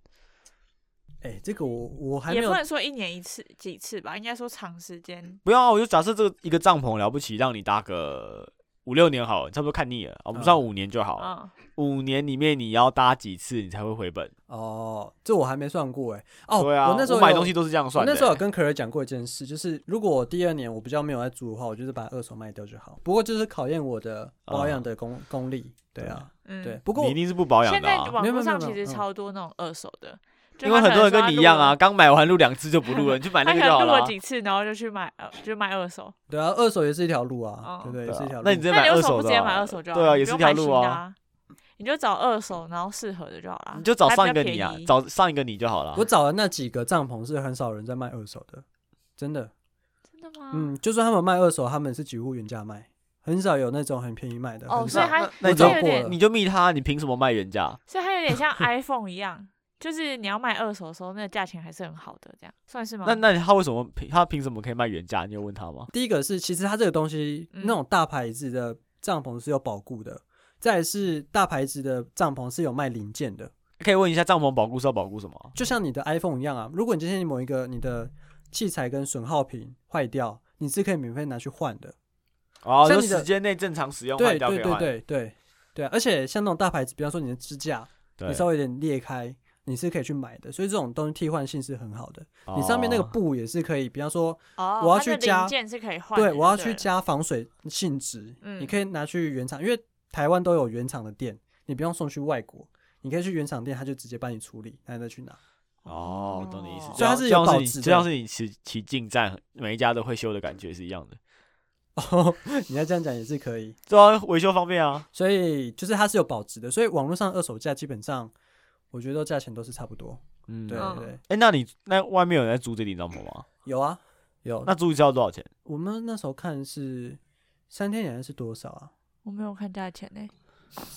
Speaker 1: 哎、这个我我还没
Speaker 2: 也
Speaker 1: 有
Speaker 2: 不能说一年一次几次吧，应该说长时间。
Speaker 3: 不要啊，我就假设这个一个帐篷了不起，让你搭个五六年好了，差不多看腻了。我
Speaker 1: 嗯
Speaker 3: 们算五年就好了。
Speaker 2: 嗯，
Speaker 3: 五年里面你要搭几次，你才会回本？
Speaker 1: 哦，这我还没算过哎、哦，
Speaker 3: 对啊，
Speaker 1: 我那时候
Speaker 3: 买
Speaker 1: 有
Speaker 3: 东西，都是这样
Speaker 1: 我
Speaker 3: 算的。
Speaker 1: 那时候有跟可儿讲过一件事，就是如果我第二年我比较没有在租的话，我就是把二手卖掉就好。不过就是考验我的保养的功、功力，对啊，
Speaker 2: 嗯
Speaker 1: 对。不过
Speaker 3: 你一定是不保养
Speaker 2: 现
Speaker 3: 的、
Speaker 2: 在
Speaker 3: 啊，
Speaker 2: 网
Speaker 1: 没有没
Speaker 2: 络
Speaker 1: 有
Speaker 2: 上
Speaker 1: 没有
Speaker 2: 其实
Speaker 1: 嗯
Speaker 2: 超多那种二手的，就
Speaker 3: 因为
Speaker 2: 他
Speaker 3: 很
Speaker 2: 可
Speaker 3: 多
Speaker 2: 能说
Speaker 3: 人跟
Speaker 2: 他
Speaker 3: 你
Speaker 2: 录
Speaker 3: 一样
Speaker 2: 了
Speaker 3: 啊，，刚买完录两次就不录了，你去买
Speaker 2: 他
Speaker 3: 那
Speaker 2: 可
Speaker 3: 个就
Speaker 2: 能
Speaker 3: 好
Speaker 2: 录
Speaker 3: 了啊
Speaker 2: 了。几次，然后就去买呃，就买二手。
Speaker 1: 对啊，二手也是一条路啊，
Speaker 2: 哦
Speaker 1: 对不对？也
Speaker 3: 对啊
Speaker 1: 是一条路。
Speaker 3: 那你直接
Speaker 2: 那
Speaker 3: 买
Speaker 2: 你
Speaker 3: 二
Speaker 2: 为什么
Speaker 3: 手
Speaker 2: 不
Speaker 3: 的
Speaker 2: 直
Speaker 3: 啊、
Speaker 2: 接买二手就好
Speaker 3: 对
Speaker 2: 了？
Speaker 3: 啊，
Speaker 2: 你
Speaker 3: 也
Speaker 2: 不
Speaker 3: 是
Speaker 2: 用
Speaker 3: 一条
Speaker 2: 买
Speaker 3: 路
Speaker 2: 新的
Speaker 3: 啊。
Speaker 2: 啊。你就找二手，然后适合的就好了。
Speaker 3: 你就找
Speaker 2: 还比
Speaker 3: 上
Speaker 2: 较
Speaker 3: 一个你啊
Speaker 2: 便，宜
Speaker 3: 找上一个你就好了啊。
Speaker 1: 我找的那几个帐篷是很少人在卖二手的，真的。
Speaker 2: 真的吗？
Speaker 1: 嗯，就算他们卖二手，他们也是几乎原价卖，很少有那种很便宜卖的。
Speaker 2: 哦
Speaker 1: 很
Speaker 2: 所以
Speaker 1: 少
Speaker 2: 他
Speaker 3: 那
Speaker 1: 我
Speaker 2: 这
Speaker 3: 你就
Speaker 1: 找
Speaker 2: 有
Speaker 1: 过
Speaker 2: 点
Speaker 1: 了
Speaker 3: 你就密他，你凭什么卖原价？
Speaker 2: 所以它有点像 iPhone 一样，就是你要卖二手的时候，那个价钱还是很好的，这样算是吗？
Speaker 3: 那那他为什么凭他凭什么可以卖原价？你有问他吗？
Speaker 1: 第一个是，其实它这个东西，
Speaker 2: 嗯
Speaker 1: 那种大牌子的帐篷是有保固的，再来是大牌子的帐篷是有卖零件的，
Speaker 3: 可以问一下帐篷保固是要保固什么？
Speaker 1: 就像你的 iPhone 一样啊。如果你今天某一个你的器材跟损耗品坏掉，你是可以免费拿去换的。
Speaker 3: 哦，
Speaker 1: 像
Speaker 3: 就
Speaker 1: 你的
Speaker 3: 时间内正常使用换
Speaker 1: 对
Speaker 3: 掉可
Speaker 1: 对
Speaker 3: 以
Speaker 1: 对
Speaker 3: 换。
Speaker 1: 对对对啊，而且像那种大牌子，比方说你的支架，你稍
Speaker 3: 微
Speaker 1: 微有点裂开，你是可以去买的，所以这种东西替换性是很好的。
Speaker 3: 哦
Speaker 1: 你上面那个布也是可以，比方说
Speaker 2: 哦，
Speaker 1: 我要
Speaker 2: 它
Speaker 1: 去
Speaker 2: 的
Speaker 1: 加
Speaker 2: 零件是可以换的，
Speaker 1: 对，我要
Speaker 2: 就
Speaker 1: 去
Speaker 2: 了。
Speaker 1: 加防水性质，你
Speaker 2: 嗯
Speaker 1: 可以拿去原厂，因为台湾都有原厂的店，你不用送去外国，你可以去原厂店，他就直接帮你处理，然后再去拿。
Speaker 3: 哦，我懂你意思。
Speaker 1: 所以它是
Speaker 3: 就
Speaker 1: 有
Speaker 3: 像
Speaker 1: 保
Speaker 3: 是你
Speaker 1: 值的
Speaker 3: 就像是你骑骑进站，每一家都会修的感觉是一样的。
Speaker 1: 哦，你要这样讲也是可以，
Speaker 3: 对啊，维修方便啊。
Speaker 1: 所以就是它是有保值的，所以网络上二手价基本上我觉得价钱都是差不多。
Speaker 3: 嗯，
Speaker 1: 对
Speaker 3: 哎、
Speaker 1: 对
Speaker 2: 嗯
Speaker 1: 对，
Speaker 3: 那你那外面有人在租这顶帐篷吗？
Speaker 1: 有啊有。
Speaker 3: 那租一次要多少钱？
Speaker 1: 我们那时候看是三天两夜是多少啊？
Speaker 2: 我没有看价钱呢、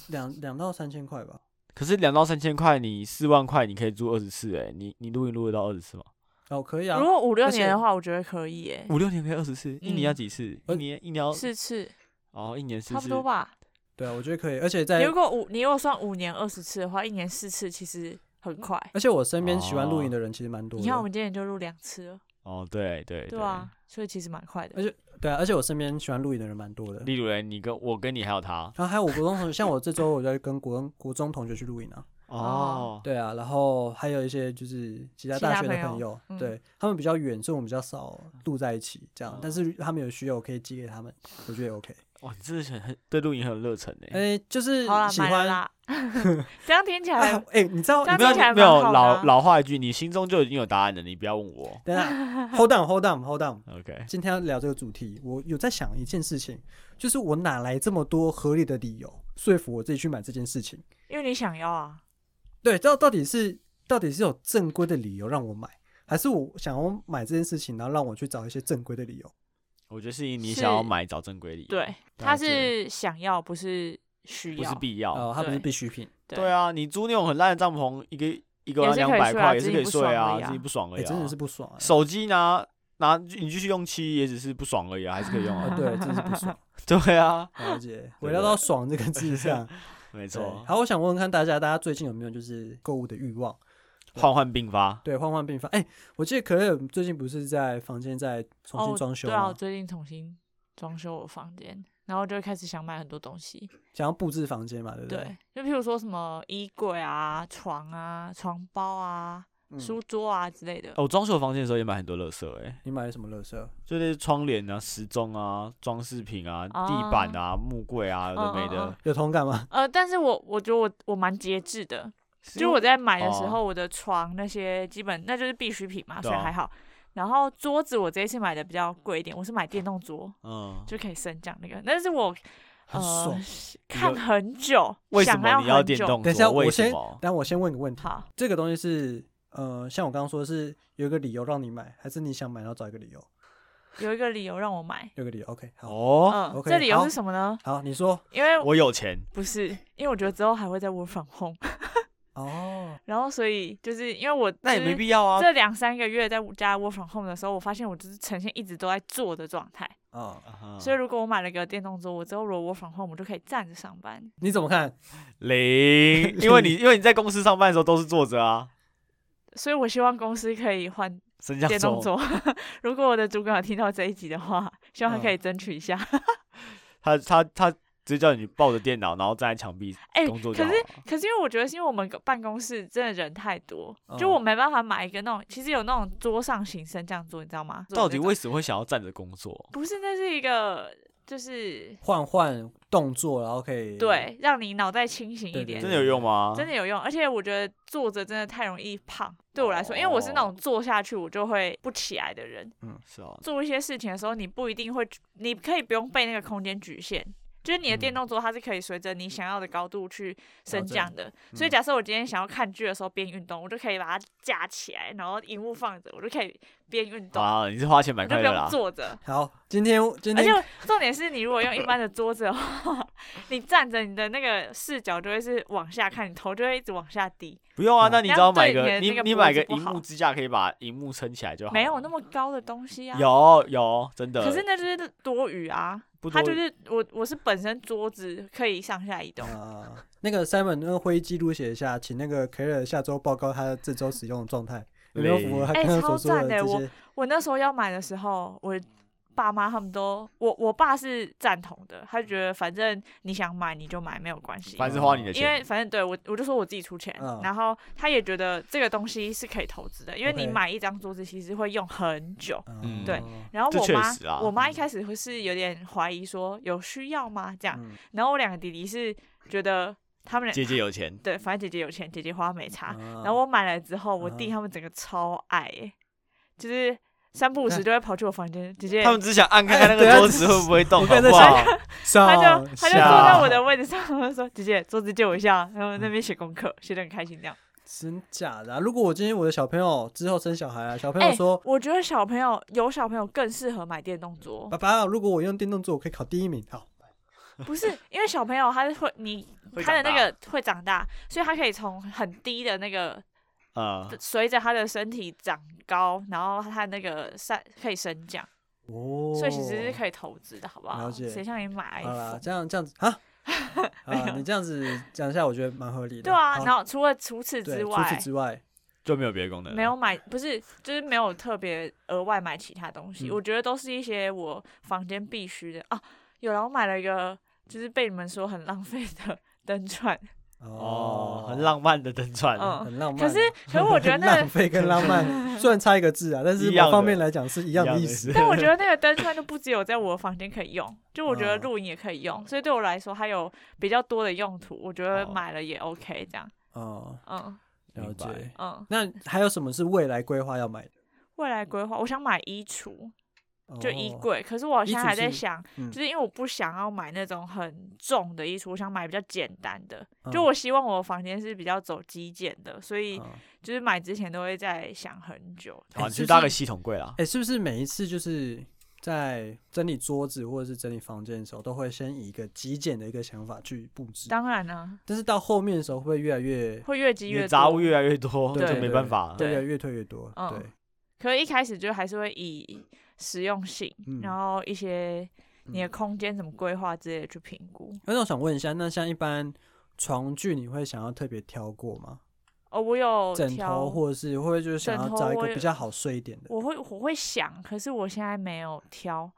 Speaker 1: 两两到三千块吧。
Speaker 3: 可是两到三千块，你四万块你可以租二十次，哎，你你录音录得到二十次吗？
Speaker 1: 哦，可以啊
Speaker 2: 如。果五六
Speaker 1: 而且
Speaker 2: 年的话，我觉得可以诶、
Speaker 3: 五六年可以二十次，一年要几次？一
Speaker 1: 呃
Speaker 3: 年一年要
Speaker 2: 四次
Speaker 3: 哦，一年四
Speaker 2: 嗯
Speaker 3: 次，
Speaker 2: 差不多吧。
Speaker 1: 对啊，我觉得可以，而且在
Speaker 2: 你如果五，你如果算五年二十次的话，一年四次其实很快。
Speaker 1: 而且我身边喜欢露营
Speaker 3: 哦
Speaker 1: 的人其实蛮多
Speaker 2: 你
Speaker 1: 的。
Speaker 2: 看我们今年就录两次了，
Speaker 3: 哦，对对
Speaker 2: 对啊，所以其实蛮快的
Speaker 1: 而。对啊，而且我身边喜欢露营的人蛮多的。
Speaker 3: 例如嘞，你跟我跟你还有他
Speaker 1: 然后还有我国中同学，像我这周我在跟国中国中同学去露营啊，
Speaker 2: 哦，
Speaker 1: 对啊，然后还有一对啊然后还有一些就是其他
Speaker 2: 其他
Speaker 1: 大学的
Speaker 2: 朋友
Speaker 1: 朋友，
Speaker 2: 嗯
Speaker 1: 对他们比较远，所以我们比较少住在一起这
Speaker 2: 哦
Speaker 1: 样，但是他们有需要我可以寄给他们，我觉得也 OK。
Speaker 3: 哇，你真的是很很对露营很有热忱哎。
Speaker 1: 哎，就是
Speaker 2: 好啦，
Speaker 1: 喜
Speaker 2: 买了
Speaker 1: 欢啊，
Speaker 2: 啦。这样听起来
Speaker 1: 哎，你知道
Speaker 2: 这
Speaker 1: 你
Speaker 2: 样
Speaker 1: 知道
Speaker 2: 听
Speaker 3: 没有
Speaker 2: 起来
Speaker 3: 没有
Speaker 2: 蛮好的啊
Speaker 3: 老老话一句，你心中就已经有答案了，你不要问我。
Speaker 1: 等一下 ，hold on，hold on，hold on。
Speaker 3: OK，
Speaker 1: 今天要聊这个主题，我有在想一件事情，就是我哪来这么多合理的理由？说服我自己去买这件事情。
Speaker 2: 因为你想要啊，
Speaker 1: 对，到到底是到底是有正规的理由让我买，还是我想要买这件事情，然后让我去找一些正规的理由？
Speaker 3: 我觉得是因为你想要
Speaker 2: 是
Speaker 3: 买找正规理由，
Speaker 2: 对，他是想要，不是需
Speaker 3: 不
Speaker 2: 要，
Speaker 3: 是必要。
Speaker 1: 哦，它不是
Speaker 2: 对
Speaker 1: 必需品。
Speaker 2: 对
Speaker 3: 对啊，你租那种很烂的帐篷，一个一个
Speaker 2: 也
Speaker 3: 晚
Speaker 2: 是
Speaker 3: 两
Speaker 2: 可以
Speaker 3: 百
Speaker 2: 睡啊
Speaker 3: 块也
Speaker 2: 自
Speaker 3: 是
Speaker 2: 己
Speaker 3: 可以
Speaker 2: 不
Speaker 3: 睡
Speaker 2: 爽而
Speaker 3: 啊
Speaker 2: 已，啊
Speaker 3: 自己不爽而
Speaker 1: 哎、
Speaker 3: 已啊。
Speaker 1: 真的是不爽、欸，
Speaker 3: 手机拿拿你继续用七，也只是不爽而已啊，还是可以用
Speaker 1: 哦
Speaker 3: 啊。
Speaker 1: 对，真的是不 爽。
Speaker 3: 对啊，
Speaker 1: 了解。
Speaker 3: 对
Speaker 1: 回到到爽这个字上，
Speaker 3: 没
Speaker 1: 对
Speaker 3: 错，
Speaker 1: 好，我想问问看大家，大家最近有没有就是购物的欲望？
Speaker 3: 患患并发。
Speaker 1: 对，换换病房。哎、我记得可乐最近不是在房间在重新
Speaker 2: 哦
Speaker 1: 装修
Speaker 2: 对啊，
Speaker 1: 吗？
Speaker 2: 我最近重新装修我房间，然后就会开始想买很多东西。
Speaker 1: 想要布置房间嘛，对不
Speaker 2: 对？，就譬如说什么衣柜啊、床啊、床包啊、
Speaker 1: 嗯
Speaker 2: 书桌啊之类的。
Speaker 3: 哦我装修房间的时候也买很多乐色哎，
Speaker 1: 你买了什么乐色？
Speaker 3: 就那些窗帘啊、时钟啊、装饰品啊、地板啊、木柜啊，有的没
Speaker 2: 哦嗯嗯
Speaker 3: 的
Speaker 2: 嗯。
Speaker 1: 有同感 吗？
Speaker 2: 呃，但是我我觉得我我蛮节制的，
Speaker 3: 是
Speaker 2: 就我在买的时
Speaker 3: 哦
Speaker 2: 候，我的床那些基本那就是必需品嘛，
Speaker 3: 对
Speaker 2: 所以
Speaker 3: 啊
Speaker 2: 还好。然后桌子我这一次买的比较贵一点，我是买电动桌，
Speaker 3: 嗯，
Speaker 2: 就可以升降那个。但是我
Speaker 1: 很爽。
Speaker 2: 呃看很久，
Speaker 3: 为什
Speaker 2: 想了
Speaker 3: 么你要
Speaker 2: 很
Speaker 3: 电
Speaker 2: 久
Speaker 3: 动桌？
Speaker 1: 等一下，我
Speaker 3: 为什
Speaker 1: 先
Speaker 3: 么，？
Speaker 1: 但我先问个问题：
Speaker 2: 好，
Speaker 1: 这个东西是呃，像我刚刚说的是有一个理由让你买，还是你想买然后找一个理由？
Speaker 2: 有一个理由让我买。
Speaker 1: 有个理由，OK，好，
Speaker 3: 哦，
Speaker 2: 嗯，
Speaker 1: OK，
Speaker 2: 这理由
Speaker 1: 好
Speaker 2: 是什么呢？
Speaker 1: 好，你说
Speaker 2: 因为
Speaker 3: 我有钱，
Speaker 2: 不是，因为我觉得之后还会再 work from home，
Speaker 1: 哦，
Speaker 2: 然后所以就是因为我
Speaker 3: 那也
Speaker 2: 就是
Speaker 3: 没必要啊。
Speaker 2: 这两三个月在家 work from home 的时候，我发现我就是呈现一直都在坐的状态，
Speaker 1: 哦，
Speaker 3: 啊
Speaker 2: 所以如果我买了个电动桌，我之后如果 work from home，我就可以站着上班。
Speaker 1: 你怎么看？
Speaker 3: 零，因为你因为你在公司上班的时候都是坐着啊，
Speaker 2: 所以我希望公司可以换
Speaker 3: 升降
Speaker 2: 电动桌。 如果我的主管有听到这一集的话，希望他
Speaker 3: 嗯
Speaker 2: 可以争取一下。
Speaker 3: 他他他直接叫你抱着电脑，然后站在墙壁
Speaker 2: 哎、
Speaker 3: 工作
Speaker 2: 可
Speaker 3: 就好了
Speaker 2: 是。可是因为我觉得是因为我们办公室真的人太多，就
Speaker 1: 嗯
Speaker 2: 我没办法买一个那种，其实有那种桌上型升降桌，你知道吗？
Speaker 3: 到底
Speaker 2: 那种
Speaker 3: 为什么会想要站着工作？
Speaker 2: 不是，那是一个就是
Speaker 1: 换换动作，然后可以，
Speaker 2: 对，让你脑袋清醒
Speaker 1: 对
Speaker 2: 一
Speaker 1: 对
Speaker 2: 点，
Speaker 3: 真的有用吗？
Speaker 2: 哎真的有用。而且我觉得坐着真的太容易胖，对我来说，因为我
Speaker 3: 哦
Speaker 2: 是那种坐下去我就会不起来的人。
Speaker 3: 是哦，
Speaker 2: 做一些事情的时候，你不一定会，你可以不用被那个空间局限。就是你的
Speaker 3: 嗯
Speaker 2: 电动桌，它是可以随着你想要的高度去升降的。所
Speaker 3: 嗯
Speaker 2: 以假设我今天想要看剧的时候边运动，我就可以把它架起来，然后荧幕放着，我就可以边运动，
Speaker 3: 啊，你是花钱买
Speaker 2: 我就
Speaker 3: 快
Speaker 2: 不
Speaker 3: 乐
Speaker 2: 用
Speaker 3: 啦。
Speaker 2: 坐着。
Speaker 1: 好，今天今
Speaker 2: 而
Speaker 1: 天
Speaker 2: 且重点是你如果用一般的桌子的话，你站着，你的那个视角就会是往下看，你头就会一直往下低。
Speaker 3: 不用啊，
Speaker 1: 嗯
Speaker 3: 那你只要买
Speaker 2: 这
Speaker 3: 个
Speaker 2: 样对
Speaker 3: 你
Speaker 2: 你的那个
Speaker 3: 你买个
Speaker 2: 脖
Speaker 3: 荧
Speaker 2: 子不好
Speaker 3: 幕支架，可以把荧幕撑起来就好了。
Speaker 2: 没有那么高的东西啊。。
Speaker 3: 有有真的，
Speaker 2: 可是那就是多余啊
Speaker 3: 不，
Speaker 2: 它
Speaker 3: 多
Speaker 2: 就
Speaker 3: 余嗯
Speaker 2: 是我我是本身桌子可以上下移动，
Speaker 1: 啊，那个 Simon 那个会议记录写一下，请那个 k e r 下周报告他这周使用的状态有没有符合他
Speaker 3: 嘞
Speaker 1: 刚刚所
Speaker 2: 哎超
Speaker 1: 说的
Speaker 2: 赞的
Speaker 1: 这
Speaker 2: 我
Speaker 1: 些。
Speaker 2: 我那时候要买的时候，我爸妈他们都，我我爸是赞同的，他就觉得反正你想买你就买没有关系，
Speaker 3: 反正是花你的
Speaker 2: 因
Speaker 3: 钱。
Speaker 2: 为反正对我我就说我自己出钱，
Speaker 1: 嗯
Speaker 2: 然后他也觉得这个东西是可以投资的，因为
Speaker 1: OK
Speaker 2: 你买一张桌子其实会用很久。
Speaker 1: 呃
Speaker 3: 嗯
Speaker 2: 对，然后
Speaker 3: 这
Speaker 2: 我
Speaker 3: 确
Speaker 2: 妈
Speaker 3: 实啊，
Speaker 2: 我妈一开始会是有点怀疑说有需要吗？这样，
Speaker 1: 嗯
Speaker 2: 然后我两个弟弟是觉得他们俩
Speaker 3: 姐嗯姐有钱，
Speaker 2: 对，反正姐姐有钱，姐姐花没差，
Speaker 1: 然
Speaker 2: 然后我买了之后，我弟
Speaker 1: 嗯
Speaker 2: 他们整个超爱、欸，就是三不五时就会跑去我房间，姐姐
Speaker 3: 他们只想按看看那
Speaker 1: 哎等一
Speaker 3: 个
Speaker 1: 下
Speaker 3: 桌子会不会动，
Speaker 1: 我
Speaker 3: 好
Speaker 1: 刚才
Speaker 3: 不好？
Speaker 2: 他
Speaker 1: 他
Speaker 2: 就他就坐
Speaker 3: 下
Speaker 2: 在我的位置上，他就说：“姐姐，桌子借我一下。”然后那边写功课，写的很开心这样。
Speaker 1: 真假的、啊？如果我今天我的小朋友之后生小孩啊，小朋
Speaker 2: 哎、
Speaker 1: 友说、
Speaker 2: 我觉得小朋友有小朋友更适合买电动桌
Speaker 1: 爸，爸，如果我用电动做，我可以考第一名。”好，
Speaker 2: 不是因为小朋友他是会你
Speaker 3: 会
Speaker 2: 他的
Speaker 3: 长
Speaker 2: 那
Speaker 3: 大
Speaker 2: 个会长大，所以他可以从很低的那
Speaker 1: 嗯
Speaker 2: 个
Speaker 3: 啊，
Speaker 2: 随着他的身体长高，然后他那个上可以升降，
Speaker 1: 哦，
Speaker 2: 所以其实是可以投资的，好不好？
Speaker 1: 了解
Speaker 2: 谁像你买
Speaker 1: 好啦，
Speaker 2: iPhone？
Speaker 1: 这样这样子啊，啊，你这样子讲一下，我觉得蛮合理的。
Speaker 2: 对啊，
Speaker 1: 好
Speaker 2: 然后除了除此
Speaker 1: 对
Speaker 2: 之
Speaker 1: 除
Speaker 2: 外
Speaker 1: 此，之外，
Speaker 3: 就没有别的功能了，
Speaker 2: 没有买，不是，就是没有特别额外买其他东西。
Speaker 1: 嗯
Speaker 2: 我觉得都是一些我房间必须的啊。有啦，我买了一个，就是被你们说很浪费的灯串，
Speaker 3: 哦，很，浪漫的灯串，
Speaker 2: 嗯
Speaker 1: 很浪漫。啊
Speaker 2: 可是可是我觉得那
Speaker 1: 浪
Speaker 2: 个，
Speaker 1: 费跟浪漫虽然差一个字啊，但是
Speaker 3: 一样
Speaker 1: 某
Speaker 3: 的
Speaker 1: 方面来讲是一样的意思。
Speaker 3: 思。
Speaker 2: 但我 觉得那个灯串就不只有在我房间可以用，就我觉得
Speaker 1: 嗯
Speaker 2: 露营也可以用，所以对我来说它有比较多的用途，我觉得
Speaker 3: 哦
Speaker 2: 买了也 OK 这样。
Speaker 1: 哦，
Speaker 2: 嗯
Speaker 1: 了
Speaker 3: 明
Speaker 1: 解
Speaker 3: 白。
Speaker 2: 嗯，
Speaker 1: 那还有什么是未来规划要买的？
Speaker 2: 未来规划，我想买衣橱，
Speaker 1: 哦
Speaker 2: 就衣柜。可是我好像还在想，
Speaker 1: 嗯
Speaker 2: 就是因为我不想要买那种很重的衣橱，我想买比较简单的。就
Speaker 1: 嗯
Speaker 2: 我希望我的房间是比较走极简的，所以
Speaker 1: 嗯
Speaker 2: 就是买之前都会在想很久。
Speaker 1: 哎
Speaker 3: 好，你
Speaker 1: 是
Speaker 3: 去
Speaker 1: 不
Speaker 3: 搭
Speaker 1: 是
Speaker 3: 个系统柜啦。
Speaker 1: 哎、是不是每一次就是在整理桌子或者是整理房间的时候，都会先以一个极简的一个想法去布置？
Speaker 2: 当然呢、
Speaker 1: 但是到后面的时候，会越来越
Speaker 2: 会越积
Speaker 3: 你的
Speaker 2: 越
Speaker 3: 杂
Speaker 2: 多
Speaker 3: 物越来越多，
Speaker 1: 对
Speaker 3: 这
Speaker 1: 对
Speaker 3: 没
Speaker 1: 对
Speaker 3: 办法。
Speaker 1: 会
Speaker 2: 对
Speaker 1: 越来越退越多。
Speaker 2: 嗯
Speaker 1: 对，
Speaker 2: 可是一开始就还是会以实用性，
Speaker 1: 嗯
Speaker 2: 然后一些你的
Speaker 1: 嗯哎
Speaker 2: 空间怎么规划之类的去评估。
Speaker 1: 那我想问一下，那像一般床具，你会想要特别挑过吗？
Speaker 2: 哦，我有
Speaker 1: 枕
Speaker 2: 挑
Speaker 1: 头，或者是会不会就是想
Speaker 2: 枕
Speaker 1: 要
Speaker 2: 头
Speaker 1: 找一个
Speaker 2: 我
Speaker 1: 比
Speaker 2: 有
Speaker 1: 较好睡一点的？
Speaker 2: 我会我会想，可是我现在没有挑。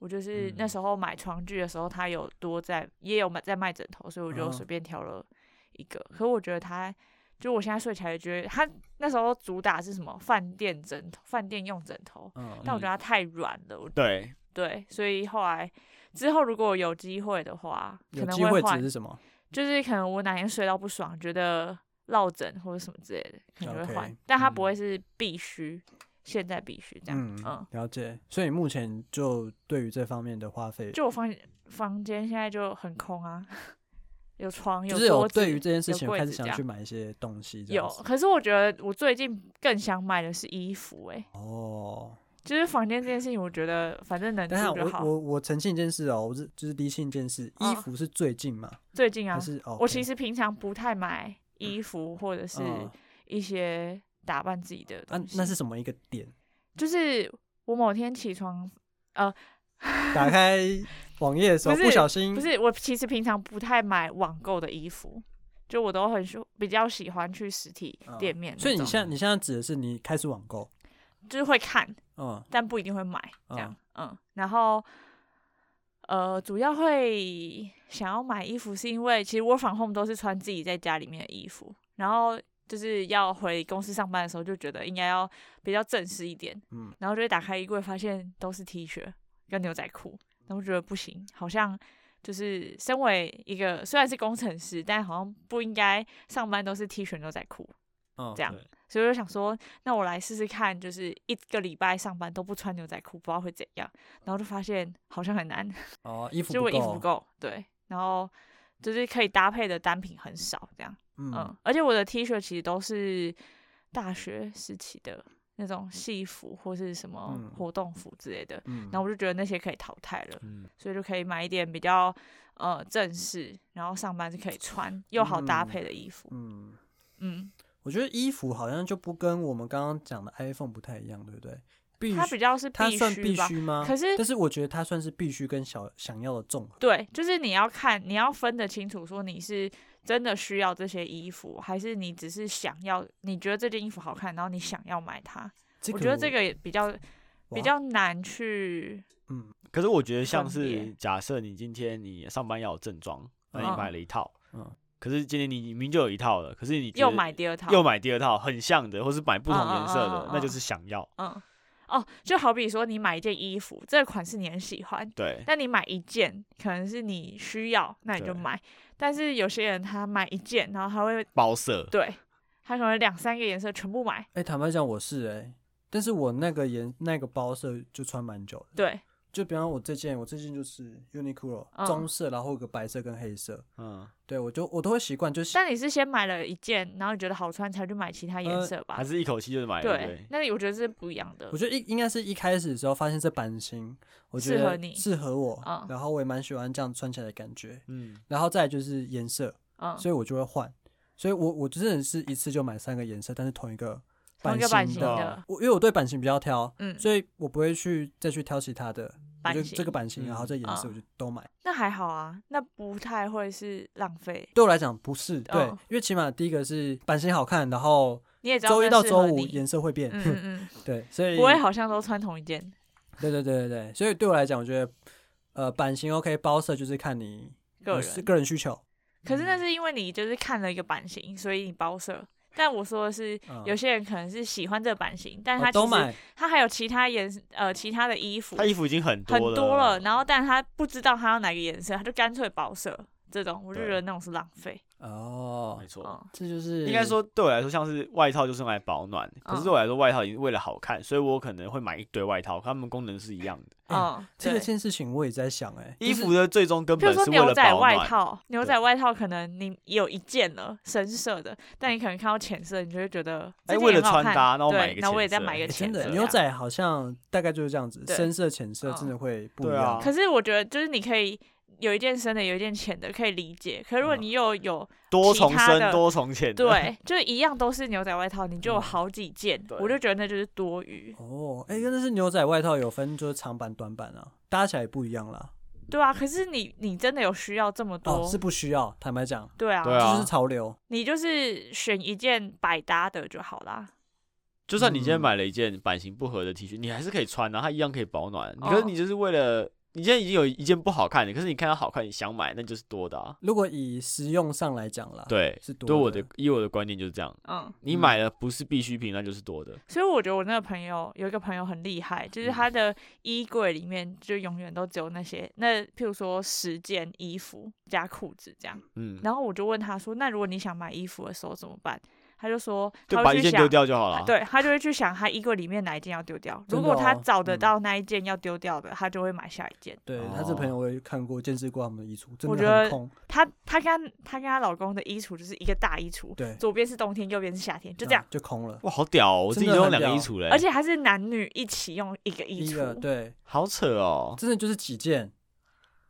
Speaker 2: 我就是那
Speaker 3: 嗯
Speaker 2: 时候买床具的时候，他有多在，也有买在卖枕头，所以我就
Speaker 1: 哦
Speaker 2: 随便挑了一个。可我觉得他，就我现在睡起来觉得他那时候主打是什么饭店枕头，饭店用枕头，
Speaker 1: 嗯，
Speaker 2: 但我觉得它太软了，我
Speaker 3: 对，
Speaker 2: 对，所以后来之后如果有机会的话，可
Speaker 1: 有
Speaker 2: 能
Speaker 1: 机会
Speaker 2: 会
Speaker 1: 指
Speaker 2: 换
Speaker 1: 的是，什么？
Speaker 2: 就是可能我哪天睡到不爽，觉得落枕或者什么之类的，可能就会换
Speaker 1: OK，
Speaker 2: 但它不
Speaker 3: 嗯
Speaker 2: 会是必须，现在必须这样，嗯。
Speaker 1: 嗯，了解。所以你目前就对于这方面的花费，
Speaker 2: 就我房房间现在就很空啊， 有床
Speaker 1: 就
Speaker 2: 有
Speaker 1: 是有
Speaker 2: 桌子，
Speaker 1: 对于这件事
Speaker 2: 有
Speaker 1: 情
Speaker 2: 柜
Speaker 1: 开始
Speaker 2: 子
Speaker 1: 想
Speaker 2: 这样
Speaker 1: 去买一些东西这
Speaker 2: 有
Speaker 1: 样子。。
Speaker 2: 可是我觉得我最近更想买的是衣服、欸，
Speaker 1: 哦，
Speaker 2: 就是房间这件事情，我觉得反正能
Speaker 1: 等一下，
Speaker 2: 住就
Speaker 1: 我
Speaker 2: 好。
Speaker 1: 我我澄清一件事哦，我是就是理清一件事，衣
Speaker 2: 嗯
Speaker 1: 服是最近嘛，
Speaker 2: 最近啊
Speaker 1: 还，是哦？
Speaker 2: 我其实平常不太买衣服或者是
Speaker 1: 嗯
Speaker 2: 一些打扮自己的
Speaker 1: 啊
Speaker 2: 东，西，
Speaker 1: 那是什么一个点？
Speaker 2: 就是我某天起床，
Speaker 1: 打 开网页的时候
Speaker 2: 不
Speaker 1: 不
Speaker 2: 是
Speaker 1: 小心，
Speaker 2: 不是我其实平常不太买网购的衣服。就我都很喜比较喜欢去实体
Speaker 1: 嗯
Speaker 2: 店面那种，
Speaker 1: 所以你现在你现在指的是你开始网购，
Speaker 2: 就是会看，
Speaker 1: 嗯，
Speaker 2: 但不一定会买，这样，嗯，然后，呃，主要会想要买衣服，是因为其实 work from home 都是穿自己在家里面的衣服，然后就是要回公司上班的时候，就觉得应该要比较正式一点，
Speaker 1: 嗯
Speaker 2: 嗯，然后就会打开衣柜，发现都是 T 恤跟牛仔裤，然后觉得不行，好像。就是身为一个虽然是工程师，但好像不应该上班都是 T 恤牛仔裤，
Speaker 1: 嗯
Speaker 2: 这样
Speaker 3: 对，
Speaker 2: 所以我就想说，那我来试试看，就是一个礼拜上班都不穿牛仔裤，不知道会怎样。然后就发现好像很难，
Speaker 1: 哦，衣服
Speaker 2: 就
Speaker 1: 不
Speaker 2: 我衣
Speaker 1: 够，
Speaker 2: 服不够，对，然后就是可以搭配的单品很少，这样，嗯
Speaker 1: 嗯，，
Speaker 2: 而且我的 T 恤其实都是大学时期的那种戏服或是什
Speaker 1: 嗯
Speaker 2: 么活动服之类的，
Speaker 1: 嗯，
Speaker 2: 然后我就觉得那些可以淘汰了，
Speaker 3: 嗯，
Speaker 2: 所以就可以买一点比较呃正式，然后上班是可以穿又好搭
Speaker 1: 嗯
Speaker 2: 配的衣服，
Speaker 1: 嗯，
Speaker 2: 嗯，
Speaker 1: 我觉得衣服好像就不跟我们刚刚讲的 iPhone 不太一样，对不对？必须
Speaker 2: 它比较是
Speaker 1: 它
Speaker 2: 必
Speaker 1: 算必
Speaker 2: 须吧。
Speaker 1: 须吗？
Speaker 2: 可是
Speaker 1: 但是我觉得它算是必须跟小想要的综合。
Speaker 2: 对，就是你要看，你要分得清楚，说你是真的需要这些衣服，还是你只是想要，你觉得这件衣服好看，然后你想要买它。
Speaker 1: 这个
Speaker 2: 我觉得这个也比较
Speaker 1: 哇
Speaker 2: 比较难去，
Speaker 1: 嗯
Speaker 3: 可是我觉得像
Speaker 2: 分别
Speaker 3: 是假设你今天你上班要有正装，那你
Speaker 2: 嗯
Speaker 3: 买了一套，
Speaker 1: 嗯
Speaker 3: 可是今天你明明就有一套了，可是你觉
Speaker 2: 又
Speaker 3: 得
Speaker 2: 买第二套，
Speaker 3: 又买第二套很像的，或是买不同颜色的
Speaker 2: 嗯嗯嗯嗯，
Speaker 3: 那就是想要。
Speaker 2: 嗯，哦，就好比说你买一件衣服，这个款式你很 喜欢，
Speaker 3: 对，
Speaker 2: 但你买一件可能是你需要，那你就
Speaker 3: 对
Speaker 2: 买。但是有些人他买一件，然后他会
Speaker 3: 包色，
Speaker 2: 对，他可能两三个颜色全部买，
Speaker 1: 哎、坦白讲，我是哎、但是我那个颜那个包色就穿蛮久的。
Speaker 2: 对，
Speaker 1: 就比方我这件，我这件就是 Uniqlo、
Speaker 2: 嗯
Speaker 1: 棕色，然后有个白色跟黑色。
Speaker 3: 嗯，
Speaker 1: 对我就我都会习惯，就是
Speaker 2: 但你是先买了一件，然后你觉得好穿才去买其他颜
Speaker 1: 呃
Speaker 2: 色吧？
Speaker 3: 还是一口气就买了，
Speaker 2: 对
Speaker 3: 对，，
Speaker 2: 那你我觉得是不一样的
Speaker 1: 我。觉得一应该是一开始的时候发现这版型，我觉
Speaker 2: 适合
Speaker 1: 得
Speaker 2: 你
Speaker 1: 适合我，
Speaker 2: 嗯
Speaker 1: 然后我也蛮喜欢这样穿起来的感觉。
Speaker 3: 嗯，
Speaker 1: 然后再来就是颜色，
Speaker 2: 嗯，
Speaker 1: 所以我就会换。所以我我真的是一次就买三个颜色，但是同一个
Speaker 2: 同一个
Speaker 1: 版
Speaker 2: 版
Speaker 1: 型
Speaker 2: 型
Speaker 1: 的
Speaker 2: 的，
Speaker 1: 我因为我对版型比较挑，
Speaker 2: 嗯，
Speaker 1: 所以我不会去再去挑其他的，我
Speaker 2: 版
Speaker 1: 就
Speaker 2: 型
Speaker 1: 这个版型，然后
Speaker 3: 嗯
Speaker 1: 这颜色
Speaker 2: 嗯
Speaker 1: 我就都买。
Speaker 2: 那还好啊，那不太会是浪费。
Speaker 1: 对我来讲不是对，
Speaker 2: 哦
Speaker 1: 因为起码第一个是版型好看，然后
Speaker 2: 你也知道
Speaker 1: 周一到
Speaker 2: 那适
Speaker 1: 周
Speaker 2: 合
Speaker 1: 五
Speaker 2: 你
Speaker 1: 颜色会变，
Speaker 2: 嗯嗯
Speaker 1: 对，所以
Speaker 2: 嗯，不会好像都穿同一件。
Speaker 1: 对对对对对，所以对我来讲，我觉得呃版型 OK，包色就是看你
Speaker 2: 个
Speaker 1: 我是
Speaker 2: 人，
Speaker 1: 个人需求，
Speaker 2: 可是那是因为你就是看了一个版型，所以你包色。但我说的是，
Speaker 1: 嗯
Speaker 2: 有些人可能是喜欢这个版型，但
Speaker 1: 哦
Speaker 2: 他
Speaker 1: 都
Speaker 2: 其实
Speaker 1: 买，
Speaker 2: 他还有其他颜呃其他的衣服
Speaker 3: 他衣服已经很
Speaker 2: 很
Speaker 3: 多
Speaker 2: 多了，，然后但他不知道他要哪个颜色，他就干脆包色，这种，我就觉得那种是浪费。
Speaker 1: 哦
Speaker 3: 没，错。哎
Speaker 2: 嗯，
Speaker 1: 这就是
Speaker 3: 应该说对我来说，像是外套就是用来保暖，可是
Speaker 2: 嗯
Speaker 3: 对我来说，外套已经为了好看，所以我可能会买一堆外套，它们功能是一样的。
Speaker 1: 哎
Speaker 2: 嗯，
Speaker 1: 这个
Speaker 2: 对
Speaker 1: 件事情我也在想、哎，
Speaker 3: 衣服的最终根
Speaker 2: 譬如
Speaker 3: 本
Speaker 2: 说
Speaker 3: 是为了
Speaker 2: 牛仔
Speaker 3: 保
Speaker 2: 外
Speaker 3: 暖。
Speaker 2: 套，牛仔外套可能你有一件了深色的，但你可能看到浅色，你就会觉得这
Speaker 3: 哎
Speaker 2: 件
Speaker 3: 为了
Speaker 2: 也很好
Speaker 3: 穿
Speaker 2: 看
Speaker 3: 搭那我买一
Speaker 2: 对
Speaker 3: 个，
Speaker 2: 那我也
Speaker 3: 浅
Speaker 2: 再
Speaker 3: 色
Speaker 2: 买一
Speaker 3: 哎
Speaker 2: 个
Speaker 1: 真
Speaker 2: 浅
Speaker 1: 的
Speaker 2: 色。啊
Speaker 1: 牛，仔好像大概就是这样子，
Speaker 2: 对
Speaker 1: 深色浅色
Speaker 2: 嗯
Speaker 1: 真的会不一
Speaker 3: 对
Speaker 1: 样
Speaker 3: 啊。
Speaker 2: 可是我觉得就是你可以有一件深的，有一件浅的，可以理解。可是如果你又有
Speaker 3: 多
Speaker 2: 其
Speaker 3: 重
Speaker 2: 他
Speaker 3: 深、
Speaker 2: 的
Speaker 3: 多重浅。，
Speaker 2: 对，就是一样都是牛仔外套，你就有好几件，
Speaker 3: 对
Speaker 2: 我就觉得那就是多余。
Speaker 1: 哦，哎、但是牛仔外套有分就是长版、短版啊，搭起来也不一样啦。
Speaker 2: 对啊，可是你你真的有需要这么多？
Speaker 1: 哦，是不需要，坦白讲，
Speaker 2: 对啊，
Speaker 3: 对
Speaker 1: 这
Speaker 3: 啊
Speaker 1: 就是潮流。
Speaker 2: 你就是选一件百搭的就好啦。
Speaker 3: 就算你今天
Speaker 1: 嗯
Speaker 3: 买了一件版型不合的 T 恤，你还是可以穿啊，它一样可以保暖。
Speaker 2: 哦
Speaker 3: 可是你就是为了你现在已经有一件不好看的，可是你看它好看，你想买，那就是多的啊。
Speaker 1: 如果以实用上来讲啦，，
Speaker 3: 对，
Speaker 1: 是多
Speaker 3: 对我的
Speaker 1: 的
Speaker 3: 以我的观念就是这样，
Speaker 2: 呃嗯，
Speaker 3: 你
Speaker 1: 嗯
Speaker 3: 买了不是必需品，那就是多的。
Speaker 2: 所以我觉得我那个朋友有一个朋友很厉害，就是他的衣柜里面就永远都只有那些那譬如说十件衣服加裤子这样。
Speaker 3: 嗯，
Speaker 2: 然后我就问他说：“那如果你想买衣服的时候怎么办？”他就说：“
Speaker 3: 就
Speaker 2: 他
Speaker 3: 把
Speaker 2: 会
Speaker 3: 一
Speaker 2: 去
Speaker 3: 件
Speaker 2: 想
Speaker 3: 丢掉就好了啊。
Speaker 2: 对他就会去想他衣柜里面哪一件要丢掉。
Speaker 1: 真
Speaker 2: 如
Speaker 1: 的
Speaker 2: 果他
Speaker 1: 哦
Speaker 2: 找得
Speaker 1: 嗯
Speaker 2: 到那一件要丢掉的，他就会买下一件。
Speaker 1: 对他这朋
Speaker 3: 哦
Speaker 1: 友我也看过，见识过他们的衣橱，真
Speaker 2: 我觉
Speaker 1: 的很
Speaker 2: 得
Speaker 1: 空。
Speaker 2: 他他跟他他跟他老公的衣橱就是一个大衣橱，
Speaker 1: 对
Speaker 2: 左边是冬天，右边是夏天，就这样
Speaker 1: 啊。就空了。
Speaker 3: 哇，好屌哦！我自
Speaker 1: 真
Speaker 3: 己
Speaker 1: 的
Speaker 3: 都用
Speaker 1: 很
Speaker 3: 两个
Speaker 1: 屌
Speaker 3: 衣橱嘞，欸
Speaker 2: 而且还是男女一起用一个衣
Speaker 1: 一个
Speaker 2: 橱，
Speaker 1: 对，
Speaker 3: 好扯哦。
Speaker 1: 真的就是几件，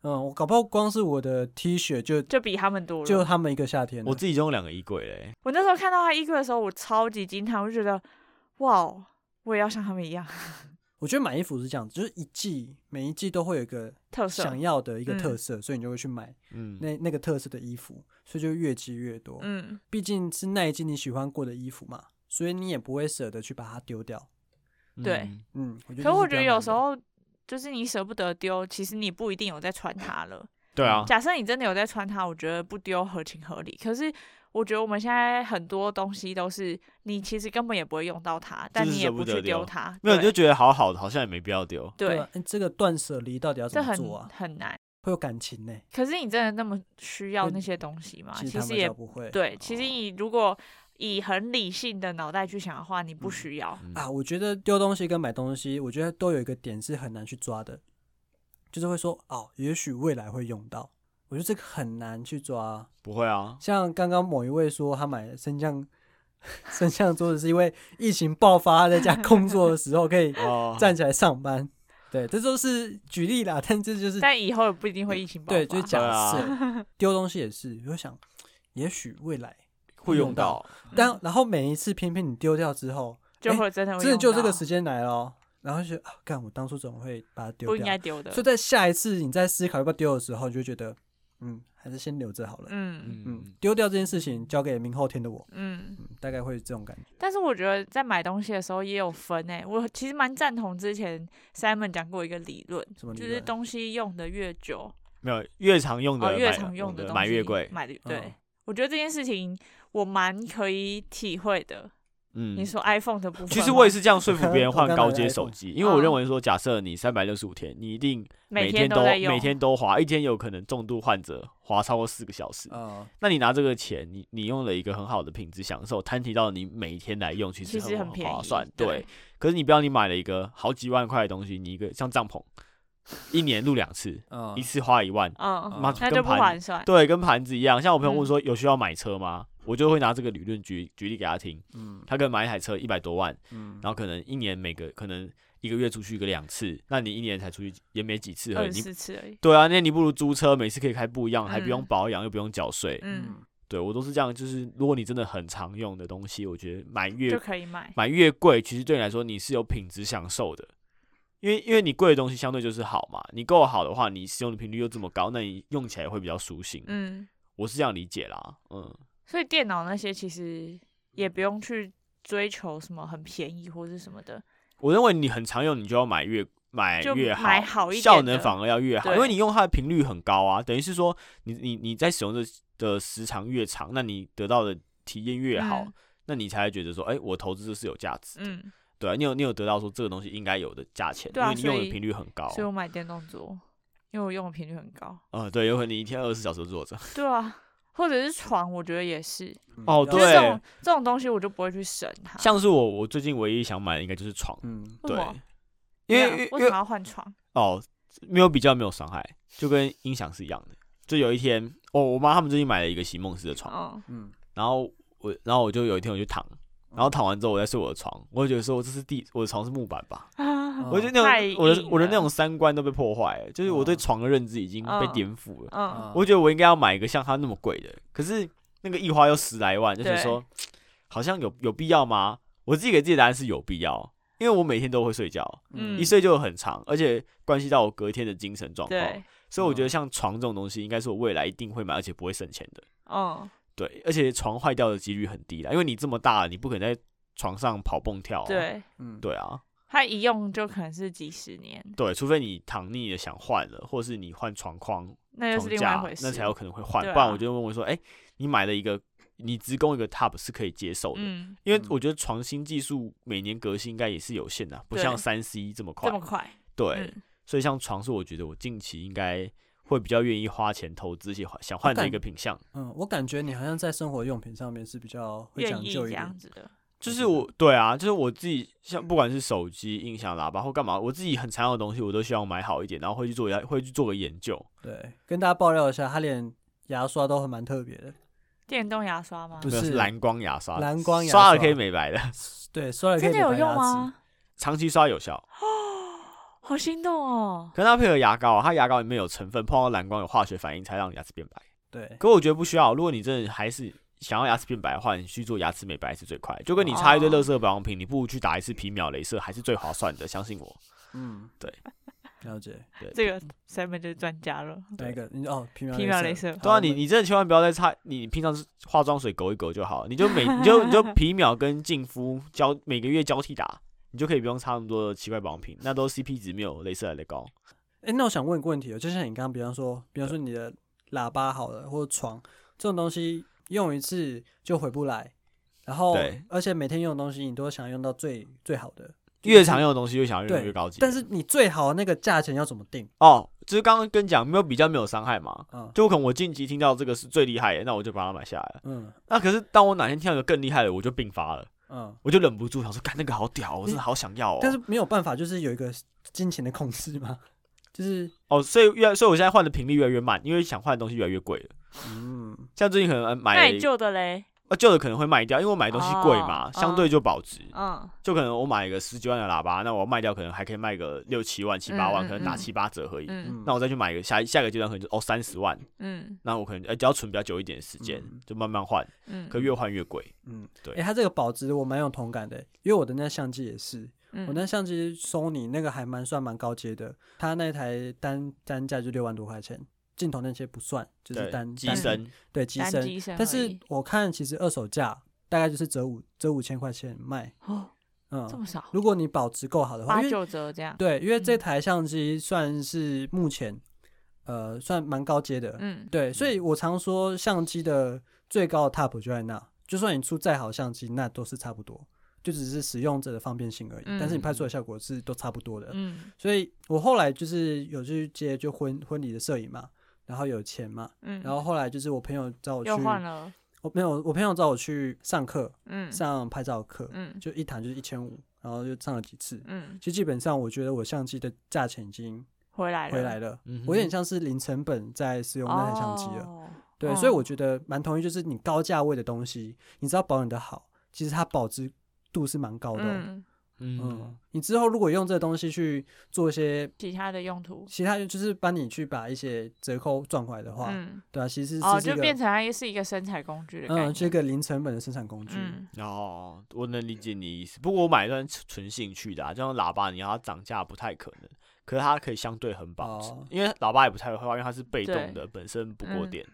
Speaker 1: 嗯，我搞不好光是我的 T 恤就
Speaker 2: 就比他们多了。
Speaker 1: 就他们一个夏天了，
Speaker 3: 我自己就用两个衣柜嘞，
Speaker 2: 我那时候看到他衣柜的时候，我超级惊叹，我就觉得哇哦，我也要像他们一样
Speaker 1: 我觉得买衣服是这样子，就是一季每一季都会有一个
Speaker 2: 特色。
Speaker 1: 想要的一个
Speaker 2: 嗯
Speaker 1: 特色，所以你就会去买
Speaker 3: 嗯，
Speaker 1: 那那个特色的衣服，所以就越积越多。
Speaker 2: 嗯，
Speaker 1: 毕竟是那一季你喜欢过的衣服嘛，所以你也不会舍得去把它丢掉。
Speaker 2: 对
Speaker 3: 嗯
Speaker 1: 嗯，我觉得
Speaker 2: 可
Speaker 1: 这
Speaker 2: 我
Speaker 1: 是比
Speaker 2: 觉得
Speaker 1: 较
Speaker 2: 有
Speaker 1: 难
Speaker 2: 时
Speaker 1: 的
Speaker 2: 候就是你舍不得丢，其实你不一定有在穿它了。
Speaker 3: 对啊，
Speaker 2: 假设你真的有在穿它，我觉得不丢合情合理。可是我觉得我们现在很多东西都是你其实根本也不会用到它，但
Speaker 3: 就是
Speaker 2: 你也
Speaker 3: 舍不
Speaker 2: 不
Speaker 3: 得
Speaker 2: 去
Speaker 3: 丢
Speaker 2: 丢它。
Speaker 3: 没有你就
Speaker 2: 对
Speaker 3: 觉得好好的，好像也没必要丢。
Speaker 1: 对
Speaker 2: 对
Speaker 1: 啊，，哎这个断舍离到底要
Speaker 2: 这
Speaker 1: 怎么
Speaker 2: 很
Speaker 1: 做啊？
Speaker 2: 很难。
Speaker 1: 会有感情呢、
Speaker 2: 可是你真的那么需要
Speaker 1: 对
Speaker 2: 那些东西吗？
Speaker 1: 其
Speaker 2: 啊其
Speaker 1: 实他
Speaker 2: 实
Speaker 1: 们
Speaker 2: 也
Speaker 1: 教不会。哦
Speaker 2: 对，其实你如果以很理性的脑袋去想的话，你不
Speaker 1: 嗯
Speaker 2: 需要。
Speaker 3: 嗯
Speaker 1: 啊，我觉得丢东西跟买东西，我觉得都有一个点是很难去抓的，就是会说哦，也许未来会用到。我觉得这个很难去抓。
Speaker 3: 不会啊，
Speaker 1: 像刚刚某一位说他买升降 升降桌子是因为疫情爆发，他在 家工作的时候可以
Speaker 3: 哦，
Speaker 1: 站起来上班。对，这都是举例啦，但这就是
Speaker 2: 但以后也不一定会疫情爆发。
Speaker 1: 对，就是假
Speaker 3: 对啊
Speaker 1: 设丢东西也是，我就想，也许未来，
Speaker 3: 会
Speaker 1: 用
Speaker 3: 用
Speaker 1: 到
Speaker 3: 到，
Speaker 2: 嗯
Speaker 1: 但然后每一次偏偏你丢掉之后，
Speaker 2: 就
Speaker 1: 哎
Speaker 2: 会真的会
Speaker 1: 真的
Speaker 2: 用
Speaker 1: 就这个
Speaker 2: 到
Speaker 1: 时间来了哦，然后就觉得啊，干我当初怎么会把它
Speaker 2: 不
Speaker 1: 丢
Speaker 2: 应该
Speaker 1: 掉？
Speaker 2: 丢的
Speaker 1: 所以。在下一次你在思考要不要丢的时候，你就会觉得，嗯，还是先留着好了。
Speaker 2: 嗯
Speaker 1: 嗯，丢掉这件事情交给明后天的我，
Speaker 2: 嗯，
Speaker 1: 嗯，大概会这种感觉。
Speaker 2: 但是我觉得在买东西的时候也有分诶、我其实蛮赞同之前 Simon 讲过一个理论，
Speaker 1: 什么理
Speaker 2: 就
Speaker 1: 论
Speaker 2: 是东西用的越久，
Speaker 3: 没有越常用的
Speaker 2: 哦，
Speaker 3: 买，
Speaker 2: 越常用
Speaker 3: 的
Speaker 2: 东西
Speaker 3: 买越贵。
Speaker 2: 买的对。
Speaker 1: 嗯
Speaker 2: 我觉得这件事情我蛮可以体会的。
Speaker 3: 嗯
Speaker 2: 你，说 iPhone 的部分吗，
Speaker 3: 其实我也是这样说服别人
Speaker 1: 我
Speaker 3: 换
Speaker 1: 刚
Speaker 3: 高
Speaker 1: 买了
Speaker 3: 阶
Speaker 1: iPhone
Speaker 3: 手机，因为我认
Speaker 2: 嗯
Speaker 3: 为说，假设你三百六十五天，你一定
Speaker 2: 每
Speaker 3: 天
Speaker 2: 都
Speaker 3: 都
Speaker 2: 在用，
Speaker 3: 每天都滑，一天有可能重度患者滑超过四个小时。
Speaker 1: 啊，
Speaker 3: 那你拿这个钱，你你用了一个很好的品质享受，摊提到你每天来用，其
Speaker 2: 其实很
Speaker 3: 很
Speaker 2: 便宜
Speaker 3: 划算。
Speaker 2: 对
Speaker 3: 对，可是你不要你买了一个好几万块的东西，你一个像 帐篷，一年录两次，
Speaker 1: 啊
Speaker 3: 一，次花一万，
Speaker 2: 嗯，
Speaker 3: 妈
Speaker 2: 那
Speaker 3: 跟
Speaker 2: 就不
Speaker 3: 盘
Speaker 2: 划算。
Speaker 3: 对，跟盘子一样。像我朋友
Speaker 2: 嗯
Speaker 3: 问说有需要买车吗？我就会拿这个理论举举例给他听。
Speaker 1: 嗯
Speaker 3: 他可能买一台车一百多万，
Speaker 1: 嗯，
Speaker 3: 然后可能一年每个可能一个月出去个两次，那你一年才出去也没几次而
Speaker 2: 二
Speaker 3: 已。
Speaker 2: 十
Speaker 3: 你
Speaker 2: 四次而已。
Speaker 3: 对啊，那你不如租车，每次可以开不一样，还不用
Speaker 2: 嗯
Speaker 3: 保养，又不用缴税。
Speaker 2: 嗯，
Speaker 3: 对我都是这样，就是如果你真的很常用的东西，我觉得买越
Speaker 2: 就可以买。
Speaker 3: 买越贵，其实对你来说你是有品质享受的，因为因为你贵的东西相对就是好嘛，你够好的话，你使用的频率又这么高，那你用起来会比较舒心。
Speaker 2: 嗯，
Speaker 3: 我是这样理解啦，嗯，
Speaker 2: 所以电脑那些其实也不用去追求什么很便宜或是什么的。
Speaker 3: 我认为你很常用，你就要买越买
Speaker 2: 就
Speaker 3: 越好，
Speaker 2: 买好一点的
Speaker 3: 效能反而要越好，
Speaker 2: 对
Speaker 3: 因为你用它的频率很高啊，等于是说你你你在使用的的时长越长，那你得到的体验越好，
Speaker 2: 嗯
Speaker 3: 那你才会觉得说，哎、我投资这是有价值的。
Speaker 2: 嗯，
Speaker 3: 对啊，你有你有得到说这个东西应该有的价钱，
Speaker 2: 对啊
Speaker 3: 因为你用
Speaker 2: 所
Speaker 3: 的
Speaker 2: 以
Speaker 3: 频率很高。
Speaker 2: 所以我买电动桌。因为我用的频率很高。
Speaker 3: 呃，对，有可能你一天二十四小时都坐着。
Speaker 2: 对啊，或者是床，我觉得也是。
Speaker 1: 嗯要
Speaker 3: 哦
Speaker 2: 就是
Speaker 3: 对
Speaker 2: 这种这种东西，我就不会去省它。
Speaker 3: 像是我，我最近唯一想买的应该就是床，
Speaker 1: 嗯，
Speaker 2: 为什
Speaker 3: 对
Speaker 2: 么，对
Speaker 3: 因为
Speaker 2: 啊
Speaker 3: 因
Speaker 2: 为
Speaker 3: 为
Speaker 2: 什么要换床？
Speaker 3: 哦，没有比较没有伤害，就跟音响是一样的。就有一天，哦，我妈他们最近买了一个席梦思的床，
Speaker 2: 嗯，
Speaker 1: 嗯，
Speaker 3: 然后我，然后我就有一天我就躺，
Speaker 2: 哦
Speaker 3: 然后躺完之后我再睡我的床，我就觉得说这是地，我的床是木板吧，
Speaker 2: 啊
Speaker 3: 我就
Speaker 1: 嗯
Speaker 3: 那
Speaker 2: 太
Speaker 3: 种我的
Speaker 2: 硬
Speaker 3: 我的
Speaker 2: 了哦
Speaker 3: 那种三观都被破坏了，就是我对
Speaker 1: 嗯
Speaker 3: 床的认知已经被
Speaker 2: 嗯
Speaker 3: 颠覆了。
Speaker 1: 哦
Speaker 2: 嗯，
Speaker 3: 我觉得我应该要买一个像它那么贵的，可是那个一花又十来万，就觉得
Speaker 2: 对
Speaker 3: 说好像有有必要吗？我自己给自己的答案是有必要，因为我每天都会睡觉，
Speaker 2: 嗯
Speaker 3: 一睡就很长，而且关系到我隔天的精神状况，
Speaker 2: 对，
Speaker 3: 所以我觉
Speaker 1: 嗯
Speaker 3: 得像床这种东西，应该是我未来一定会买，而且不会省钱的。
Speaker 2: 嗯，
Speaker 3: 对，而且床坏掉的几率很低啦，因为你这么大了，你不可能在床上跑蹦跳、啊。，
Speaker 2: 对，
Speaker 1: 嗯，
Speaker 3: 对啊，
Speaker 2: 它一用就可能是几十年，
Speaker 3: 对，除非你躺腻了想换了，或是你换床框
Speaker 2: 那又是
Speaker 3: 床
Speaker 2: 另外一
Speaker 3: 架
Speaker 2: 回，事。
Speaker 3: 那才有可能会换。
Speaker 2: 对
Speaker 3: 不然
Speaker 2: 啊
Speaker 3: 我就问我说，哎、你买了一个，你只供一个 top 是可以接受的，
Speaker 2: 嗯，
Speaker 3: 因为我觉得床新技术每年革新应该也是有限的啊，不像
Speaker 2: 对
Speaker 3: 三 C 这么快
Speaker 2: 这。么快，
Speaker 3: 对，
Speaker 2: 嗯，
Speaker 3: 所以像床是我觉得我近期应该会比较愿意花钱投资，且
Speaker 2: 哦
Speaker 3: 想换的一
Speaker 1: 感
Speaker 3: 个品相。
Speaker 1: 嗯，我感觉你好像在生活用品上面是比较会
Speaker 2: 愿
Speaker 1: 讲
Speaker 2: 意
Speaker 1: 究
Speaker 2: 这
Speaker 1: 一
Speaker 2: 样
Speaker 1: 点，
Speaker 2: 子的，
Speaker 3: 就是我，对啊，就是我自己，像不管是手机、音响、喇叭或干嘛，我自己很常用的东西，我都希望买好一点，然后会去做一下，会去做个研究。
Speaker 1: 对，跟大家爆料一下，他连牙刷都很蛮特别的，
Speaker 2: 电动牙刷吗
Speaker 1: 不？
Speaker 3: 没有
Speaker 1: 是
Speaker 3: 蓝光牙刷，
Speaker 1: 蓝光牙
Speaker 3: 刷
Speaker 1: 刷
Speaker 3: 了可以美白的，
Speaker 1: 对，刷了可以
Speaker 2: 真的有
Speaker 1: 美白
Speaker 2: 用
Speaker 1: 牙齿？
Speaker 2: 吗？
Speaker 3: 长期刷有效。
Speaker 2: 好心动哦！
Speaker 3: 可是它配合牙膏啊，它牙膏里面有成分，碰到蓝光有化学反应才让你牙齿变白。
Speaker 1: 对，
Speaker 3: 可我觉得不需要，如果你真的还是想要牙齿变白的话，你去做牙齿美白是最快的，就跟你擦一堆
Speaker 2: 哦
Speaker 3: 垃圾保养品，你不如去打一次皮秒镭射还是最划算的，相信我。
Speaker 1: 嗯，
Speaker 3: 对，
Speaker 1: 了解。
Speaker 3: 对，
Speaker 2: 这个 Simon 就是专家了，
Speaker 1: 哪
Speaker 3: 对
Speaker 1: 一个？你哦，皮秒
Speaker 2: 皮秒镭射
Speaker 1: 好
Speaker 3: 对啊，
Speaker 1: 我
Speaker 3: 你
Speaker 1: 们
Speaker 3: 你真的千万不要再擦，你你平常是化妆水勾一勾就好了，你就每你就你就皮秒跟净肤交每个月交替打，你就可以不用擦那么多的奇怪保养品，那都 CP 值没有镭射来的高。
Speaker 1: 哎、那我想问一个问题哦，就像你刚刚，比方说，比方说你的喇叭好了，或者床这种东西，用一次就回不来，然后
Speaker 3: 对
Speaker 1: 而且每天用的东西，你都想用到最最好的，
Speaker 3: 越常用的东西越想要用
Speaker 1: 对
Speaker 3: 越高级，
Speaker 1: 但是你最好的那个价钱要怎么定？
Speaker 3: 哦，就是刚刚跟你讲没有比较没有伤害嘛，
Speaker 1: 嗯
Speaker 3: 就可能我近期听到这个是最厉害的，那我就把它买下来了。
Speaker 1: 嗯
Speaker 3: 那可是当我哪天听到有更厉害的，我就病发了，
Speaker 1: 嗯，
Speaker 3: 我就忍不住想说，干那个好屌哦，我真的好想要哦。
Speaker 1: 但是没有办法，就是有一个金钱的控制嘛，就是
Speaker 3: 哦，所以越所以我现在换的频率越来越慢，因为想换的东西越来越贵了。
Speaker 1: 嗯
Speaker 3: 像最近可能呃
Speaker 2: 那
Speaker 3: 买
Speaker 2: 你旧的嘞，
Speaker 3: 呃旧的可能会卖掉，因为我买的东西贵嘛，
Speaker 2: 哦
Speaker 3: 相对就保值。
Speaker 2: 嗯，
Speaker 3: 就可能我买一个十几万的喇叭，那我卖掉可能还可以卖个六七万、七八万，
Speaker 2: 嗯嗯
Speaker 3: 可能
Speaker 2: 嗯
Speaker 3: 打七八折而已。
Speaker 2: 嗯
Speaker 1: 嗯，
Speaker 3: 那我再去买一个下下一个阶段可能就哦三十万，
Speaker 2: 嗯
Speaker 3: 那我可能呃只要存比较久一点的时间，
Speaker 1: 嗯
Speaker 3: 就慢慢换，
Speaker 2: 嗯，
Speaker 3: 可越换越贵。
Speaker 1: 嗯，
Speaker 3: 对
Speaker 1: 哎、它这个保值我蛮有同感的，因为我的那相机也是，
Speaker 2: 嗯
Speaker 1: 我哦那相机 Sony 那个还蛮算蛮高阶的，它那台单单价就六万多块钱，镜头那些不算，就是
Speaker 3: 对，
Speaker 1: 单
Speaker 3: 机
Speaker 1: 单
Speaker 3: 身
Speaker 1: 对机
Speaker 2: 单
Speaker 1: 身。
Speaker 2: 机身而已，
Speaker 1: 但是我看其实二手价大概就是折五折五千块钱卖，
Speaker 2: 哦，这
Speaker 1: 嗯，
Speaker 2: 么少，
Speaker 1: 如果你保值够好的话，
Speaker 2: 八
Speaker 1: 因为
Speaker 2: 九折这样，
Speaker 1: 对，因为这
Speaker 2: 嗯
Speaker 1: 台相机算是目前呃算蛮高阶的，
Speaker 2: 嗯，
Speaker 1: 对，所以我常说相机的最高的 top 就在那，就算你出再好相机，那都是差不多，就只是使用者的方便性而已，但是你拍出来的效果是都差不多的，
Speaker 2: 嗯
Speaker 1: 所以我后来就是有去接就婚婚礼的摄影嘛，然后有钱嘛，
Speaker 2: 嗯，
Speaker 1: 然后后来就是我朋友找我去，
Speaker 2: 又换了，
Speaker 1: 我没有我朋友找我去上课，
Speaker 2: 嗯
Speaker 1: 上拍照课，
Speaker 2: 嗯
Speaker 1: 就一堂就是一千五，然后就上了几次。
Speaker 2: 嗯，
Speaker 1: 其实基本上，我觉得我相机的价钱已经
Speaker 2: 回来了，
Speaker 1: 回来了，
Speaker 3: 嗯哼
Speaker 1: 我有点像是零成本在使用那台相机了。
Speaker 2: 哦
Speaker 1: 对，
Speaker 2: 嗯
Speaker 1: 所以我觉得蛮同意，就是你高价位的东西，你只要保养的好，其实它保值度是蛮高的哦。
Speaker 2: 嗯，
Speaker 1: 嗯，你之后如果用这个东西去做一些
Speaker 2: 其他的用途，
Speaker 1: 其他就是帮你去把一些折扣赚回来的话，
Speaker 2: 嗯，
Speaker 1: 对啊，其实
Speaker 2: 哦，
Speaker 1: 这是一
Speaker 2: 就
Speaker 1: 个、
Speaker 2: 变成它是一个生产工具的
Speaker 1: 嗯，
Speaker 2: 概念，
Speaker 1: 这个零成本的生产工具。
Speaker 2: 嗯
Speaker 3: 哦，我能理解你的意思。不过我买一段纯兴趣的、啊，这样喇叭你要它涨价不太可能，可是它可以相对很保值，
Speaker 1: 哦
Speaker 3: 因为喇叭也不太会坏，因为它是被动
Speaker 2: 对
Speaker 3: 的，本身不过
Speaker 2: 嗯
Speaker 3: 电。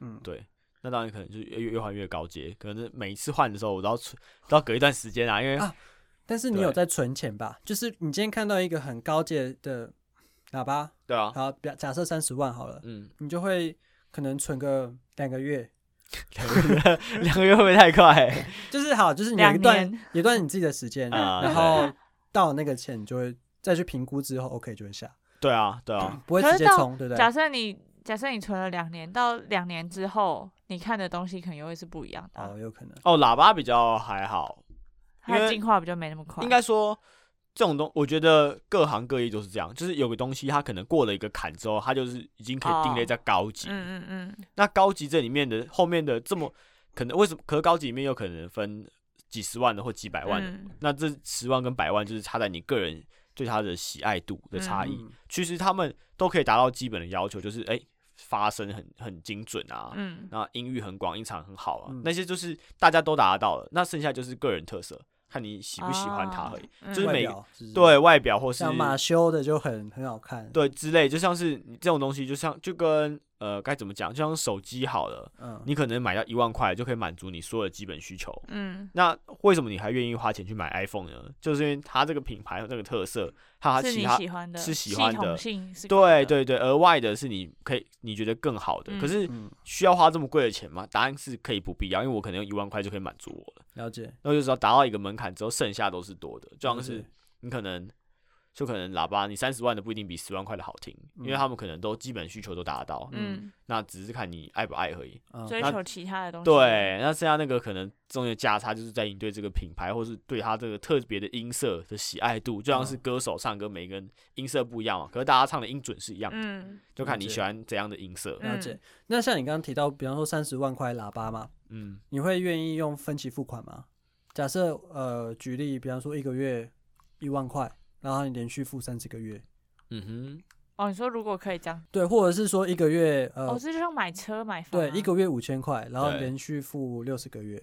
Speaker 1: 嗯，
Speaker 3: 对，那当然可能就越越换越高阶，可能每一次换的时候我都要存都要隔一段时间啊，因为、
Speaker 1: 啊但是你有
Speaker 3: 对
Speaker 1: 在存钱吧？就是你今天看到一个很高阶的喇叭，
Speaker 3: 对啊，
Speaker 1: 好，比假设三十万好了，
Speaker 3: 嗯，
Speaker 1: 你就会可能存个两个月，
Speaker 3: 两个月两个月会不会太快、
Speaker 1: 就是好，就是你有
Speaker 2: 两
Speaker 1: 一段
Speaker 2: 年
Speaker 1: 有一段你自己的时间，
Speaker 3: 啊
Speaker 1: 然后到那个钱，你就会再去评估之后，OK 就会下。
Speaker 3: 对啊，对啊，
Speaker 1: 不会
Speaker 2: 可
Speaker 1: 直
Speaker 2: 是
Speaker 1: 接
Speaker 2: 到
Speaker 1: 冲，对不
Speaker 2: 假
Speaker 1: 对？
Speaker 2: 设你假设你存了两年，到两年之后，你看的东西可能又会是不一样的啊，
Speaker 1: 哦，有可能。
Speaker 3: 哦，喇叭比较还好，
Speaker 2: 它
Speaker 3: 因
Speaker 2: 的
Speaker 3: 为
Speaker 2: 进化比较没那么快。
Speaker 3: 应该说这种东，我觉得各行各业都是这样，就是有个东西它可能过了一个坎之后，它就是已经可以定
Speaker 2: 哦
Speaker 3: 类在高级。
Speaker 2: 嗯嗯嗯，
Speaker 3: 那高级这里面的后面的这么可能为什么？可是高级里面有可能分几十万的或几百万的，
Speaker 2: 嗯
Speaker 3: 那这十万跟百万就是差在你个人对它的喜爱度的差异。
Speaker 1: 嗯
Speaker 3: 其实他们都可以达到基本的要求，就是哎、发声很很精准啊，
Speaker 2: 嗯，
Speaker 3: 那音域很广，音场很好啊，
Speaker 1: 嗯
Speaker 3: 那些就是大家都达得到了。那剩下就是个人特色，看你喜不喜欢它而已。
Speaker 2: 嗯
Speaker 3: 就是
Speaker 1: 外
Speaker 3: 每
Speaker 1: 表是不是
Speaker 3: 对外表或是
Speaker 1: 像马修的就很很好看，，
Speaker 3: 对之类，就像是你这种东西，就像就跟呃该怎么讲，就像手机好了，
Speaker 1: 嗯，
Speaker 3: 你可能买到一万块就可以满足你所有的基本需求。
Speaker 2: 嗯，
Speaker 3: 那为什么你还愿意花钱去买 iPhone 呢？就是因为它这个品牌有那个特色，还有它
Speaker 2: 是
Speaker 3: 啊其
Speaker 2: 你
Speaker 3: 他
Speaker 2: 喜欢的，
Speaker 3: 是喜
Speaker 2: 系
Speaker 3: 欢的
Speaker 2: 统性是够
Speaker 3: 对
Speaker 2: 的，
Speaker 3: 对对，额外的是你可以你觉得更好的，
Speaker 2: 嗯
Speaker 3: 可是
Speaker 1: 嗯，
Speaker 3: 需要花这么贵的钱吗？答案是可以不必要，因为我可能用一万块就可以满足我了。
Speaker 1: 了解，
Speaker 3: 那我就知道达到一个门槛之后，剩下都是多的，就像
Speaker 1: 了
Speaker 3: 是
Speaker 1: 解
Speaker 3: 你可能就可能喇叭，你三十万的不一定比十万块的好听，因为
Speaker 1: 嗯
Speaker 3: 他们可能都基本需求都达到，
Speaker 2: 嗯，
Speaker 3: 那只是看你爱不爱而已。
Speaker 1: 嗯，
Speaker 2: 追
Speaker 3: 那
Speaker 2: 求其他的东西，，
Speaker 3: 对，那剩下那个可能中间的价差，就是在你对这个品牌或是对它这个特别的音色的喜爱度，就像是
Speaker 1: 嗯
Speaker 3: 歌手唱歌，每个人音色不一样嘛，可是大家唱的音准是一样的，
Speaker 2: 嗯
Speaker 3: 就看
Speaker 1: 了
Speaker 3: 你
Speaker 1: 解
Speaker 3: 喜欢怎样的音色。
Speaker 1: 了解。那像你刚刚提到，比方说三十万块喇叭嘛，
Speaker 3: 嗯，
Speaker 1: 你会愿意用分期付款吗？假设呃，举例，比方说一个月一万块，然后你连续付三十个月，
Speaker 3: 嗯哼，
Speaker 2: 哦，你说如果可以这样，
Speaker 1: 对，或者是说一个月呃，
Speaker 2: 哦，这就像买车买房啊，
Speaker 1: 对，一个月五千块，然后
Speaker 3: 对
Speaker 1: 连续付六十个月，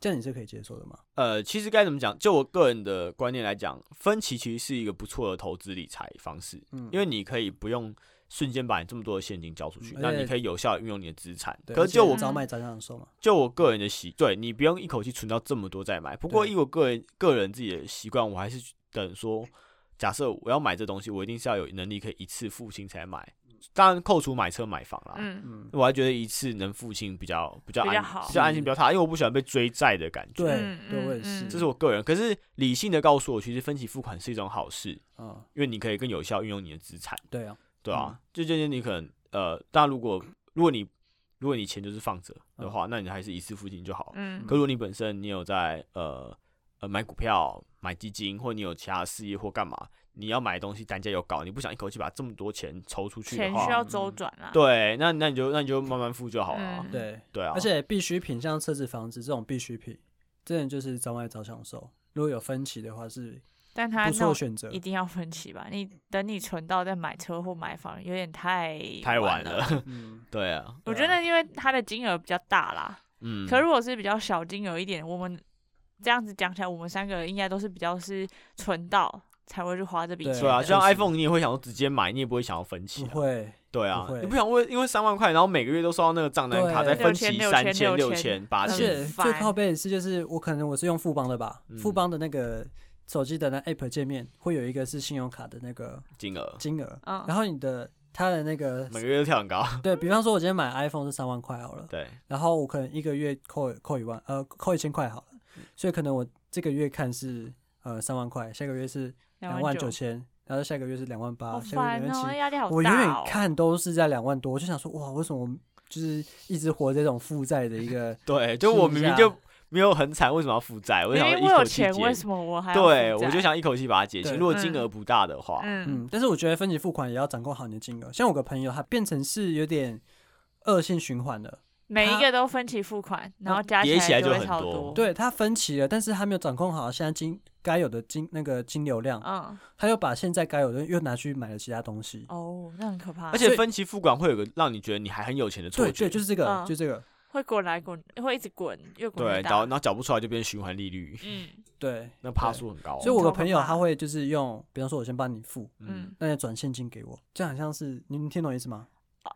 Speaker 1: 这样你是可以接受的吗？
Speaker 3: 呃，其实该怎么讲？就我个人的观念来讲，分期其实是一个不错的投资理财方式，
Speaker 1: 嗯，
Speaker 3: 因为你可以不用瞬间把你这么多的现金交出去，
Speaker 1: 嗯
Speaker 3: 那
Speaker 1: 而且
Speaker 3: 你可以有效地运用你的资产。
Speaker 1: 对
Speaker 3: 可
Speaker 1: 而
Speaker 3: 是
Speaker 1: 且
Speaker 3: 就我
Speaker 1: 早买早享受嘛，
Speaker 3: 就我个人的习，对你不用一口气存到这么多再买。不过
Speaker 1: 对
Speaker 3: 以我个人个人自己的习惯，我还是等说，假设我要买这东西，我一定是要有能力可以一次付清才买。当然扣除买车买房啦，
Speaker 2: 嗯，
Speaker 1: 嗯，
Speaker 3: 我还觉得一次能付清比较比较
Speaker 2: 比
Speaker 3: 安
Speaker 2: 较好
Speaker 3: 比较安心
Speaker 1: 是
Speaker 3: 比较踏，因为我不喜欢被追债的感觉。
Speaker 1: 对
Speaker 2: 嗯，
Speaker 1: 对，
Speaker 2: 嗯
Speaker 1: 我也是，
Speaker 2: 嗯
Speaker 3: 这是我个人。可是理性的告诉我，其实分期付款是一种好事，
Speaker 1: 嗯，
Speaker 3: 因为你可以更有效运用你的资产。
Speaker 1: 对啊，
Speaker 3: 对啊，就这些你可能呃，但如果如果你如果你钱就是放着的话，那你还是一次付清就好。
Speaker 2: 嗯
Speaker 3: 可如果你本身你有在呃呃买股票、买基金，或你有其他事业或干嘛，你要买的东西单价又高，你不想一口气把这么多钱抽出去的
Speaker 2: 钱
Speaker 3: 话嗯
Speaker 2: 需，要周转啊，
Speaker 3: 对，那那你就那你就慢慢付就好了、啊
Speaker 2: 嗯
Speaker 1: 对，
Speaker 3: 对啊，
Speaker 1: 而且必需品像车子、房子这种必需品，真的就是早买早享受。如果有分歧的话，是
Speaker 2: 但他
Speaker 1: 不
Speaker 2: 那
Speaker 1: 错
Speaker 2: 种
Speaker 1: 选择
Speaker 2: 一。定要分期吧？你等你存到再买车或买房，有点太
Speaker 3: 太晚
Speaker 2: 晚
Speaker 3: 了。
Speaker 2: 了。
Speaker 1: 嗯，
Speaker 3: 对啊，
Speaker 2: 我觉得因为它的金额比较大啦，
Speaker 3: 嗯，
Speaker 2: 可如果是比较小金额一点，我们这样子讲起来，我们三个应该都是比较是存到才会去花这笔
Speaker 1: 对
Speaker 2: 钱
Speaker 3: 对啊，
Speaker 2: 的。
Speaker 3: 就像
Speaker 1: 确实
Speaker 3: iPhone 你也会想要直接买，你也不会想要分期、
Speaker 1: 不
Speaker 3: 啊，
Speaker 1: 会，
Speaker 3: 对啊
Speaker 1: 不会，
Speaker 3: 你不想为因为三万块，然后每个月都收到那个账单卡，
Speaker 1: 对
Speaker 3: 再分期
Speaker 2: 6000
Speaker 3: 三千、
Speaker 2: 6000
Speaker 3: 六千、八
Speaker 1: 而
Speaker 2: 很
Speaker 1: 且
Speaker 3: 千，
Speaker 1: 最
Speaker 2: 烦
Speaker 1: 靠背的是，就是我可能我是用富邦的吧，富
Speaker 3: 嗯
Speaker 1: 邦的那个手机的那 app 界面会有一个是信用卡的那个
Speaker 3: 金额
Speaker 1: 金额，
Speaker 2: 嗯
Speaker 1: 然后你的它的那个
Speaker 3: 每个月都跳很高。
Speaker 1: 对比方说，我今天买 iPhone 是三万块好了，
Speaker 3: 对，
Speaker 1: 然后我可能一个月扣扣一万，呃，扣一千块好了，所以可能我这个月看是呃三万块，下个月是两万九
Speaker 2: 2900，
Speaker 1: 千，啊然后下个月是两万八，
Speaker 2: 好
Speaker 1: 下个月
Speaker 2: 烦
Speaker 1: 两万
Speaker 2: 哦，
Speaker 1: 七，
Speaker 2: 压力好
Speaker 1: 我永
Speaker 2: 大
Speaker 1: 远
Speaker 2: 哦。
Speaker 1: 看都是在两万多，我就想说哇，为什么我就是一直活在这种负债的一个
Speaker 3: 对，就
Speaker 1: 试
Speaker 3: 我
Speaker 1: 一
Speaker 3: 明明
Speaker 1: 下
Speaker 3: 就没有很惨，为什么要负债？我
Speaker 2: 明
Speaker 3: 想要
Speaker 2: 明
Speaker 3: 一
Speaker 2: 我有
Speaker 3: 口气
Speaker 2: 钱，
Speaker 3: 结
Speaker 2: 为什么我还要
Speaker 3: 对，
Speaker 2: 负债
Speaker 3: 我就想一口气把它结清。
Speaker 1: 对
Speaker 3: 如果金
Speaker 2: 嗯
Speaker 3: 额不大的话，
Speaker 2: 嗯
Speaker 1: 嗯，但是我觉得分期付款也要掌控好你的金额。像我有个朋友，他变成是有点恶性循环了，
Speaker 2: 每一
Speaker 1: 他
Speaker 2: 个都分期付款，然后加
Speaker 3: 叠起来
Speaker 2: 就
Speaker 3: 就
Speaker 2: 会
Speaker 3: 很
Speaker 2: 超
Speaker 3: 多
Speaker 1: 对他分期了，但是他没有掌控好现在金该有的金那个金流量，
Speaker 2: 嗯，
Speaker 1: 他又把现在该有的又拿去买了其他东西。
Speaker 2: 哦，那很可怕。
Speaker 3: 而
Speaker 1: 所
Speaker 3: 且
Speaker 1: 以
Speaker 3: 分期付款会有个让你觉得你还很有钱的错
Speaker 1: 对
Speaker 3: 觉，
Speaker 1: 对，就是这个，
Speaker 2: 嗯
Speaker 1: 就这个，
Speaker 2: 会滚来滚，会一直滚，越滚
Speaker 3: 对，
Speaker 2: 越
Speaker 3: 然后
Speaker 2: 大
Speaker 3: 然。后缴不出来就变循环利率，
Speaker 2: 嗯
Speaker 1: 对。
Speaker 3: 那趴数很高。哦
Speaker 1: 所以我有个朋友
Speaker 2: 超可怕
Speaker 1: 他会就是用，比方说我先帮你付，
Speaker 3: 嗯，
Speaker 2: 嗯，
Speaker 1: 那你转现金给我，这样好像是你你听懂意思吗？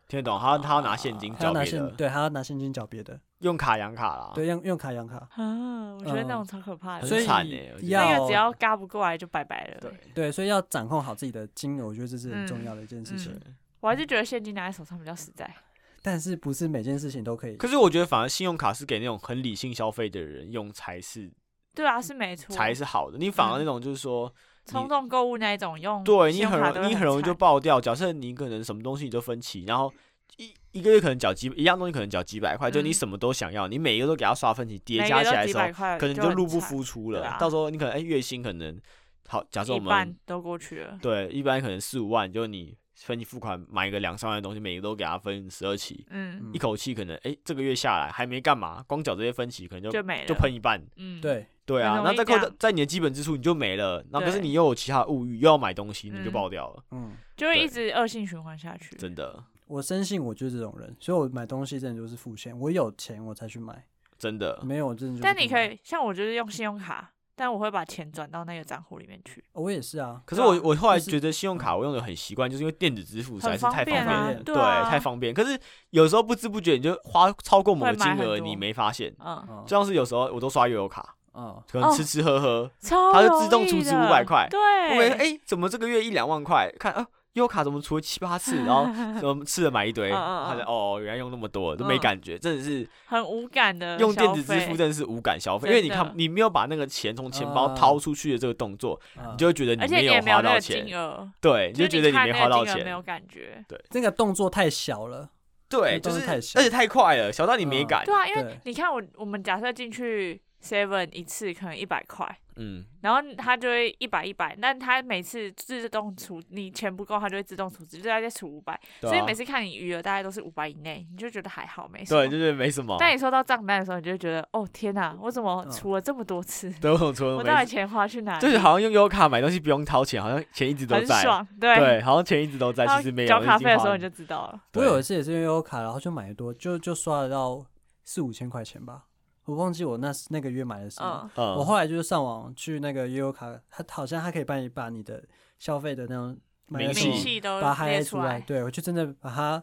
Speaker 3: 听得懂？他他要拿现金
Speaker 1: 哦他要
Speaker 3: 缴
Speaker 1: 拿
Speaker 3: 别
Speaker 1: 现，
Speaker 3: 的，啊
Speaker 1: 对，他要拿现金缴别的，
Speaker 3: 用卡养卡啦。
Speaker 1: 对，用用卡养卡，
Speaker 2: 啊，我觉得那
Speaker 1: 嗯
Speaker 2: 种超可怕的。
Speaker 3: 很
Speaker 1: 所以
Speaker 3: 惨欸我觉得
Speaker 2: 那
Speaker 1: 要
Speaker 2: 个只要嘎不过来就拜拜了。
Speaker 3: 对，
Speaker 1: 对，所以要掌控好自己的金额，我觉得这是很重
Speaker 2: 嗯
Speaker 1: 要的一件事情。
Speaker 2: 我还是觉得现金拿在手上比较实在。
Speaker 3: 嗯
Speaker 1: 但是不是每件事情都可以
Speaker 3: 可是我觉得反而信用卡是给那种很理性消费的人用才是
Speaker 2: 对啊，是没
Speaker 1: 嗯
Speaker 2: 错。
Speaker 3: 才是好的。你反而那种就是说，
Speaker 2: 冲动购物那一种用
Speaker 3: 对
Speaker 2: 嗯信
Speaker 3: 你
Speaker 2: 用
Speaker 3: 很
Speaker 2: 卡
Speaker 3: 容
Speaker 2: 都会
Speaker 3: 你很容易就
Speaker 2: 惨
Speaker 3: 爆掉。假设你可能什么东西你都分期，然后一一个月可能缴几一样东西可能缴几百块，就你
Speaker 2: 嗯
Speaker 3: 什么都想要，你每一个都给它刷分期，叠
Speaker 2: 每个
Speaker 3: 加
Speaker 2: 都
Speaker 3: 起来的
Speaker 2: 几
Speaker 3: 时
Speaker 2: 百
Speaker 3: 候，
Speaker 2: 块
Speaker 3: 可能
Speaker 2: 就
Speaker 3: 就
Speaker 2: 很
Speaker 3: 入不
Speaker 2: 惨
Speaker 3: 敷出
Speaker 2: 对
Speaker 3: 了
Speaker 2: 啊。
Speaker 3: 到时候你可能哎、月薪可能好，假设我
Speaker 2: 一半
Speaker 3: 们
Speaker 2: 都过去了，
Speaker 3: 对一般可能四五万，就你分期付款买个两三万的东西，每个都给它分十二期，
Speaker 2: 嗯，
Speaker 3: 一口气可能哎、这个月下来还没干嘛，光缴这些分期可能就
Speaker 2: 就没了，
Speaker 3: 就喷一半。
Speaker 2: 嗯，，
Speaker 1: 对，
Speaker 3: 对啊，
Speaker 2: 很容
Speaker 3: 那
Speaker 2: 易
Speaker 3: 再扣
Speaker 2: 这样
Speaker 3: 在你的基本支出你就没了，那可是
Speaker 2: 对
Speaker 3: 你又有其他物欲，又要买东西，你就
Speaker 2: 嗯
Speaker 3: 爆掉了，
Speaker 1: 嗯，
Speaker 2: 就会
Speaker 3: 对
Speaker 2: 一直恶性循环下去。
Speaker 3: 真的。
Speaker 1: 我深信我就是这种人，所以我买东西真的就是付现，我有钱我才去买，
Speaker 3: 真的，
Speaker 1: 没有真的就是
Speaker 2: 但
Speaker 1: 不
Speaker 2: 你
Speaker 1: 买
Speaker 2: 可，以像我就是用信用卡，但我会把钱转到那个账户里面去，
Speaker 1: 我也是啊，
Speaker 3: 可是
Speaker 2: 对啊嗯
Speaker 3: 我我后来
Speaker 1: 就是
Speaker 3: 觉得信用卡我用的很习惯，就是因为电子支付实在
Speaker 2: 很
Speaker 3: 是太方
Speaker 2: 便
Speaker 3: 便
Speaker 2: 啊
Speaker 3: 了，，
Speaker 1: 了
Speaker 2: 对啊
Speaker 3: 太方便。可是有时候不知不觉你就花超过某个
Speaker 2: 会
Speaker 3: 金
Speaker 2: 买
Speaker 3: 额，
Speaker 2: 很多
Speaker 3: 你没发现。
Speaker 2: 嗯，
Speaker 1: 嗯
Speaker 3: 就像是有时候我都刷悠游卡，
Speaker 1: 嗯，
Speaker 3: 可能
Speaker 2: 哦
Speaker 3: 吃吃喝喝，
Speaker 2: 超
Speaker 3: 它就自
Speaker 2: 容
Speaker 3: 动
Speaker 2: 易
Speaker 3: 储值
Speaker 2: 的
Speaker 3: 500块我
Speaker 2: 对，
Speaker 3: 每次哎怎么这个月一两万块，看啊悠游卡怎么除了七八次， 然后怎么吃了买一堆，
Speaker 2: 嗯嗯嗯
Speaker 3: 他就哦原来用那么多都没
Speaker 2: 嗯
Speaker 3: 感觉，真的是
Speaker 2: 很无感的
Speaker 3: 用
Speaker 2: 消
Speaker 3: 电子支
Speaker 2: 费
Speaker 3: 付真的是无感消费，
Speaker 2: 真的嗯
Speaker 3: 因为你看你没有把那个钱从钱包
Speaker 1: 啊
Speaker 3: 掏出去的这个动作，
Speaker 1: 嗯
Speaker 3: 你就会觉得
Speaker 2: 而
Speaker 3: 你
Speaker 2: 且你
Speaker 3: 没有
Speaker 2: 也没有
Speaker 3: 花
Speaker 2: 那
Speaker 3: 到
Speaker 2: 个
Speaker 3: 钱，
Speaker 2: 金额，
Speaker 3: 对，你
Speaker 2: 就
Speaker 3: 就是觉得
Speaker 2: 你看
Speaker 3: 没
Speaker 2: 那
Speaker 3: 花
Speaker 2: 个
Speaker 3: 到
Speaker 2: 金额
Speaker 3: 钱
Speaker 2: 没，有感觉。
Speaker 1: 那个动作太小了，
Speaker 3: 对，
Speaker 1: 那
Speaker 3: 就
Speaker 1: 东西
Speaker 3: 是
Speaker 1: 太
Speaker 3: 而
Speaker 1: 小
Speaker 3: 且太快了，小到你没
Speaker 1: 嗯
Speaker 3: 感。
Speaker 2: 对啊，因为
Speaker 1: 对
Speaker 2: 你看我我们假设进去 Seven 一次可能一百块，
Speaker 3: 嗯，
Speaker 2: 然后它就会一百一百，但它每次自动储，你钱不够它就会自动储值，就大概储五百，
Speaker 3: 对
Speaker 2: 所以
Speaker 3: 啊
Speaker 2: 每次看你余额大概都是五百以内，你就觉得还好没什么。
Speaker 3: 对，就是没什么。
Speaker 2: 但你收到账单的时候，你就会觉得哦天哪，我怎么
Speaker 1: 嗯
Speaker 2: 储了这么多次？
Speaker 3: 对，我总说
Speaker 2: 我
Speaker 3: 呃没
Speaker 2: 到底
Speaker 3: 事，
Speaker 2: 钱花去哪里？
Speaker 3: 就是好像用优卡买东西不用掏钱，好像钱一直都
Speaker 2: 很
Speaker 3: 在。
Speaker 2: 爽，对。
Speaker 3: 对，好像钱一直都在，
Speaker 2: 然后
Speaker 3: 其实没有。
Speaker 2: 交
Speaker 3: 已
Speaker 2: 卡
Speaker 3: 经
Speaker 2: 费的
Speaker 3: 花
Speaker 2: 时候
Speaker 3: 了
Speaker 2: 你就知道了，
Speaker 1: 我有一
Speaker 3: 对
Speaker 1: 次也是用悠游卡，然后就买得多，就就刷得到四五千块钱吧，我忘记我那那个月买了什么。
Speaker 2: 嗯，
Speaker 3: 嗯，
Speaker 1: 我后来就是上网去那个悠游卡，它好像它可以帮你把你的消费的那种买的
Speaker 3: 明
Speaker 1: 什
Speaker 2: 明
Speaker 1: 么
Speaker 3: 细
Speaker 2: 细都
Speaker 1: 把它
Speaker 2: 列
Speaker 1: highlight 出来，
Speaker 2: 来，
Speaker 1: 对我就真的把它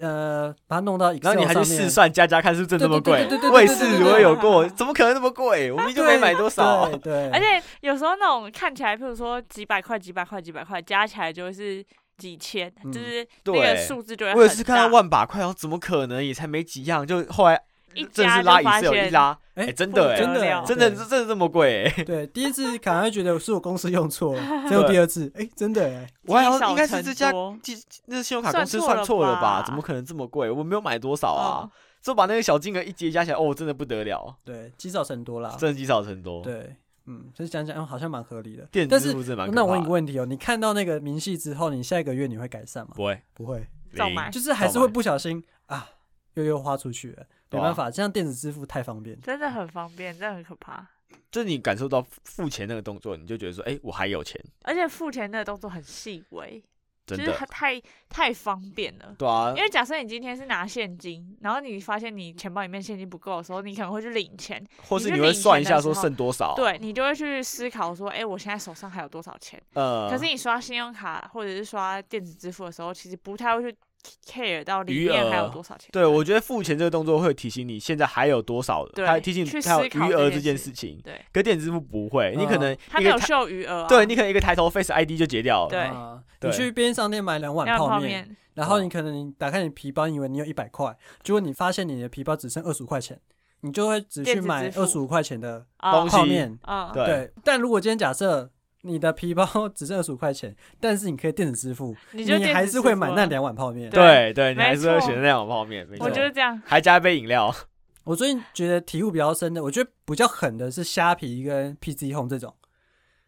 Speaker 1: 呃把它弄到 Excel
Speaker 3: 然后你还去
Speaker 1: 上面
Speaker 3: 试算加加看是不是真的那么
Speaker 1: 对
Speaker 3: 贵
Speaker 1: 对对对对对，
Speaker 3: 我也
Speaker 1: 对对
Speaker 3: 试，
Speaker 1: 对对
Speaker 3: 我也有过，怎么可能那么贵？我们就没买多少啊
Speaker 1: 对。对，
Speaker 2: 而且有时候那种看起来，譬如说几百块、几百块、几百块，加起来就是几千，
Speaker 1: 嗯
Speaker 2: 就是那个
Speaker 3: 对，
Speaker 2: 数字就会很大。
Speaker 3: 我也是看到万把块，然后怎么可能？也才没几样，就后来
Speaker 2: 一
Speaker 3: 真的
Speaker 2: 加
Speaker 3: 是
Speaker 2: 就
Speaker 3: 拉
Speaker 2: 发
Speaker 3: Excel
Speaker 2: 现
Speaker 3: 一拉，
Speaker 1: 哎
Speaker 3: 哎，真
Speaker 2: 不
Speaker 3: 的
Speaker 2: 得
Speaker 3: 哎，
Speaker 1: 真的
Speaker 2: 了
Speaker 3: 真的
Speaker 1: 对
Speaker 3: 是真的这么贵哎。
Speaker 1: 对，第一次可能会觉得是我公司用 错了，只有第二次，哎，真的哎，
Speaker 3: 我还
Speaker 2: 积
Speaker 3: 好像
Speaker 2: 少
Speaker 3: 应该是
Speaker 2: 成
Speaker 3: 这家
Speaker 2: 多
Speaker 3: 记那信用卡
Speaker 2: 算
Speaker 3: 公司
Speaker 2: 错
Speaker 3: 算
Speaker 2: 了
Speaker 3: 错了吧？
Speaker 2: 吧
Speaker 3: 怎么可能这么贵？我没有买多少啊
Speaker 2: 嗯！
Speaker 3: 就把那个小金额一结加起来，哦，真的不得了，
Speaker 1: 对，积少成多啦，
Speaker 3: 真的积少成多。，
Speaker 1: 对，嗯，就是讲讲，嗯好像蛮合理的，
Speaker 3: 电
Speaker 1: 但
Speaker 3: 子
Speaker 1: 是
Speaker 3: 支付真的蛮可
Speaker 1: 那我问
Speaker 3: 怕
Speaker 1: 你
Speaker 3: 的
Speaker 1: 个问题哦，你看到那个明细之后，你下一个月你会改善吗？
Speaker 3: 不会，
Speaker 1: 不会，
Speaker 2: 照
Speaker 3: 零
Speaker 2: 买
Speaker 1: 就是还
Speaker 3: 照
Speaker 1: 是会
Speaker 3: 买
Speaker 1: 不小心啊，又又花出去了，没
Speaker 3: 对啊
Speaker 1: 办法，这样电子支付太方便。
Speaker 2: 真的很方便，真的很可怕。
Speaker 3: 就是你感受到付钱那个动作，你就觉得说，哎，我还有钱，
Speaker 2: 而且付钱的动作很细微，就
Speaker 3: 真
Speaker 2: 是
Speaker 3: 的
Speaker 2: 它。太太方便了。
Speaker 3: 对啊
Speaker 2: 因，为假设你今天是拿现金，然后你发现你钱包里面现金不够的时候，你可能会去领钱，
Speaker 3: 或是
Speaker 2: 你
Speaker 3: 你
Speaker 2: 就
Speaker 3: 会
Speaker 2: 领钱
Speaker 3: 算一
Speaker 2: 的
Speaker 3: 下
Speaker 2: 时
Speaker 3: 说
Speaker 2: 候
Speaker 3: 剩多少。，
Speaker 2: 对你就会去思考说，哎、我现在手上还有多少钱？
Speaker 3: 呃，
Speaker 2: 可是你刷信用卡或者是刷电子支付的时候，其实不太会去 care 到里
Speaker 3: 余
Speaker 2: 面还
Speaker 3: 额
Speaker 2: 有多少钱。
Speaker 3: 对我觉得付钱这个动作会提醒你现在还有多少，
Speaker 2: 对
Speaker 3: 还提醒
Speaker 2: 去
Speaker 3: 你还有
Speaker 2: 思考
Speaker 3: 余
Speaker 2: 这
Speaker 3: 额
Speaker 2: 件
Speaker 3: 这件
Speaker 2: 事
Speaker 3: 事情。
Speaker 2: 对，
Speaker 3: 可电子支付不会，你可
Speaker 1: 嗯
Speaker 3: 能
Speaker 2: 他
Speaker 3: 一
Speaker 2: 没
Speaker 3: 个
Speaker 2: 有
Speaker 3: 抬
Speaker 2: 秀余额、啊。
Speaker 3: 对你可能一个抬头 Face ID 就结掉了。
Speaker 2: 对
Speaker 1: 啊你
Speaker 3: 对
Speaker 1: 去便利商店买两碗
Speaker 2: 那
Speaker 1: 泡
Speaker 2: 泡
Speaker 1: 面，
Speaker 2: 面，
Speaker 1: 然后你可能你打开你皮包，你以为你有一百块，结果你发现你的皮包只剩二十五块钱，你就会只去
Speaker 2: 电子
Speaker 1: 买
Speaker 2: 支
Speaker 1: 二十
Speaker 2: 付
Speaker 1: 五块钱的
Speaker 2: 啊
Speaker 3: 东西
Speaker 1: 泡面。
Speaker 2: 嗯，
Speaker 3: 对
Speaker 1: 对，但如果今天假设你的皮包 只剩二十五块钱，但是你可以电子支付，
Speaker 2: 你就电
Speaker 1: 还
Speaker 2: 子
Speaker 1: 是
Speaker 2: 支
Speaker 1: 会
Speaker 2: 付
Speaker 1: 买
Speaker 2: 啊
Speaker 1: 那两碗泡面。
Speaker 3: 对对，你
Speaker 2: 没
Speaker 3: 还是会
Speaker 2: 错
Speaker 3: 选那种泡面，没错
Speaker 2: 我，就是这样。
Speaker 3: 还加一杯饮料。
Speaker 1: 我最近觉得体悟比较深的，我觉得比较狠的是虾皮跟 PC Home 这种，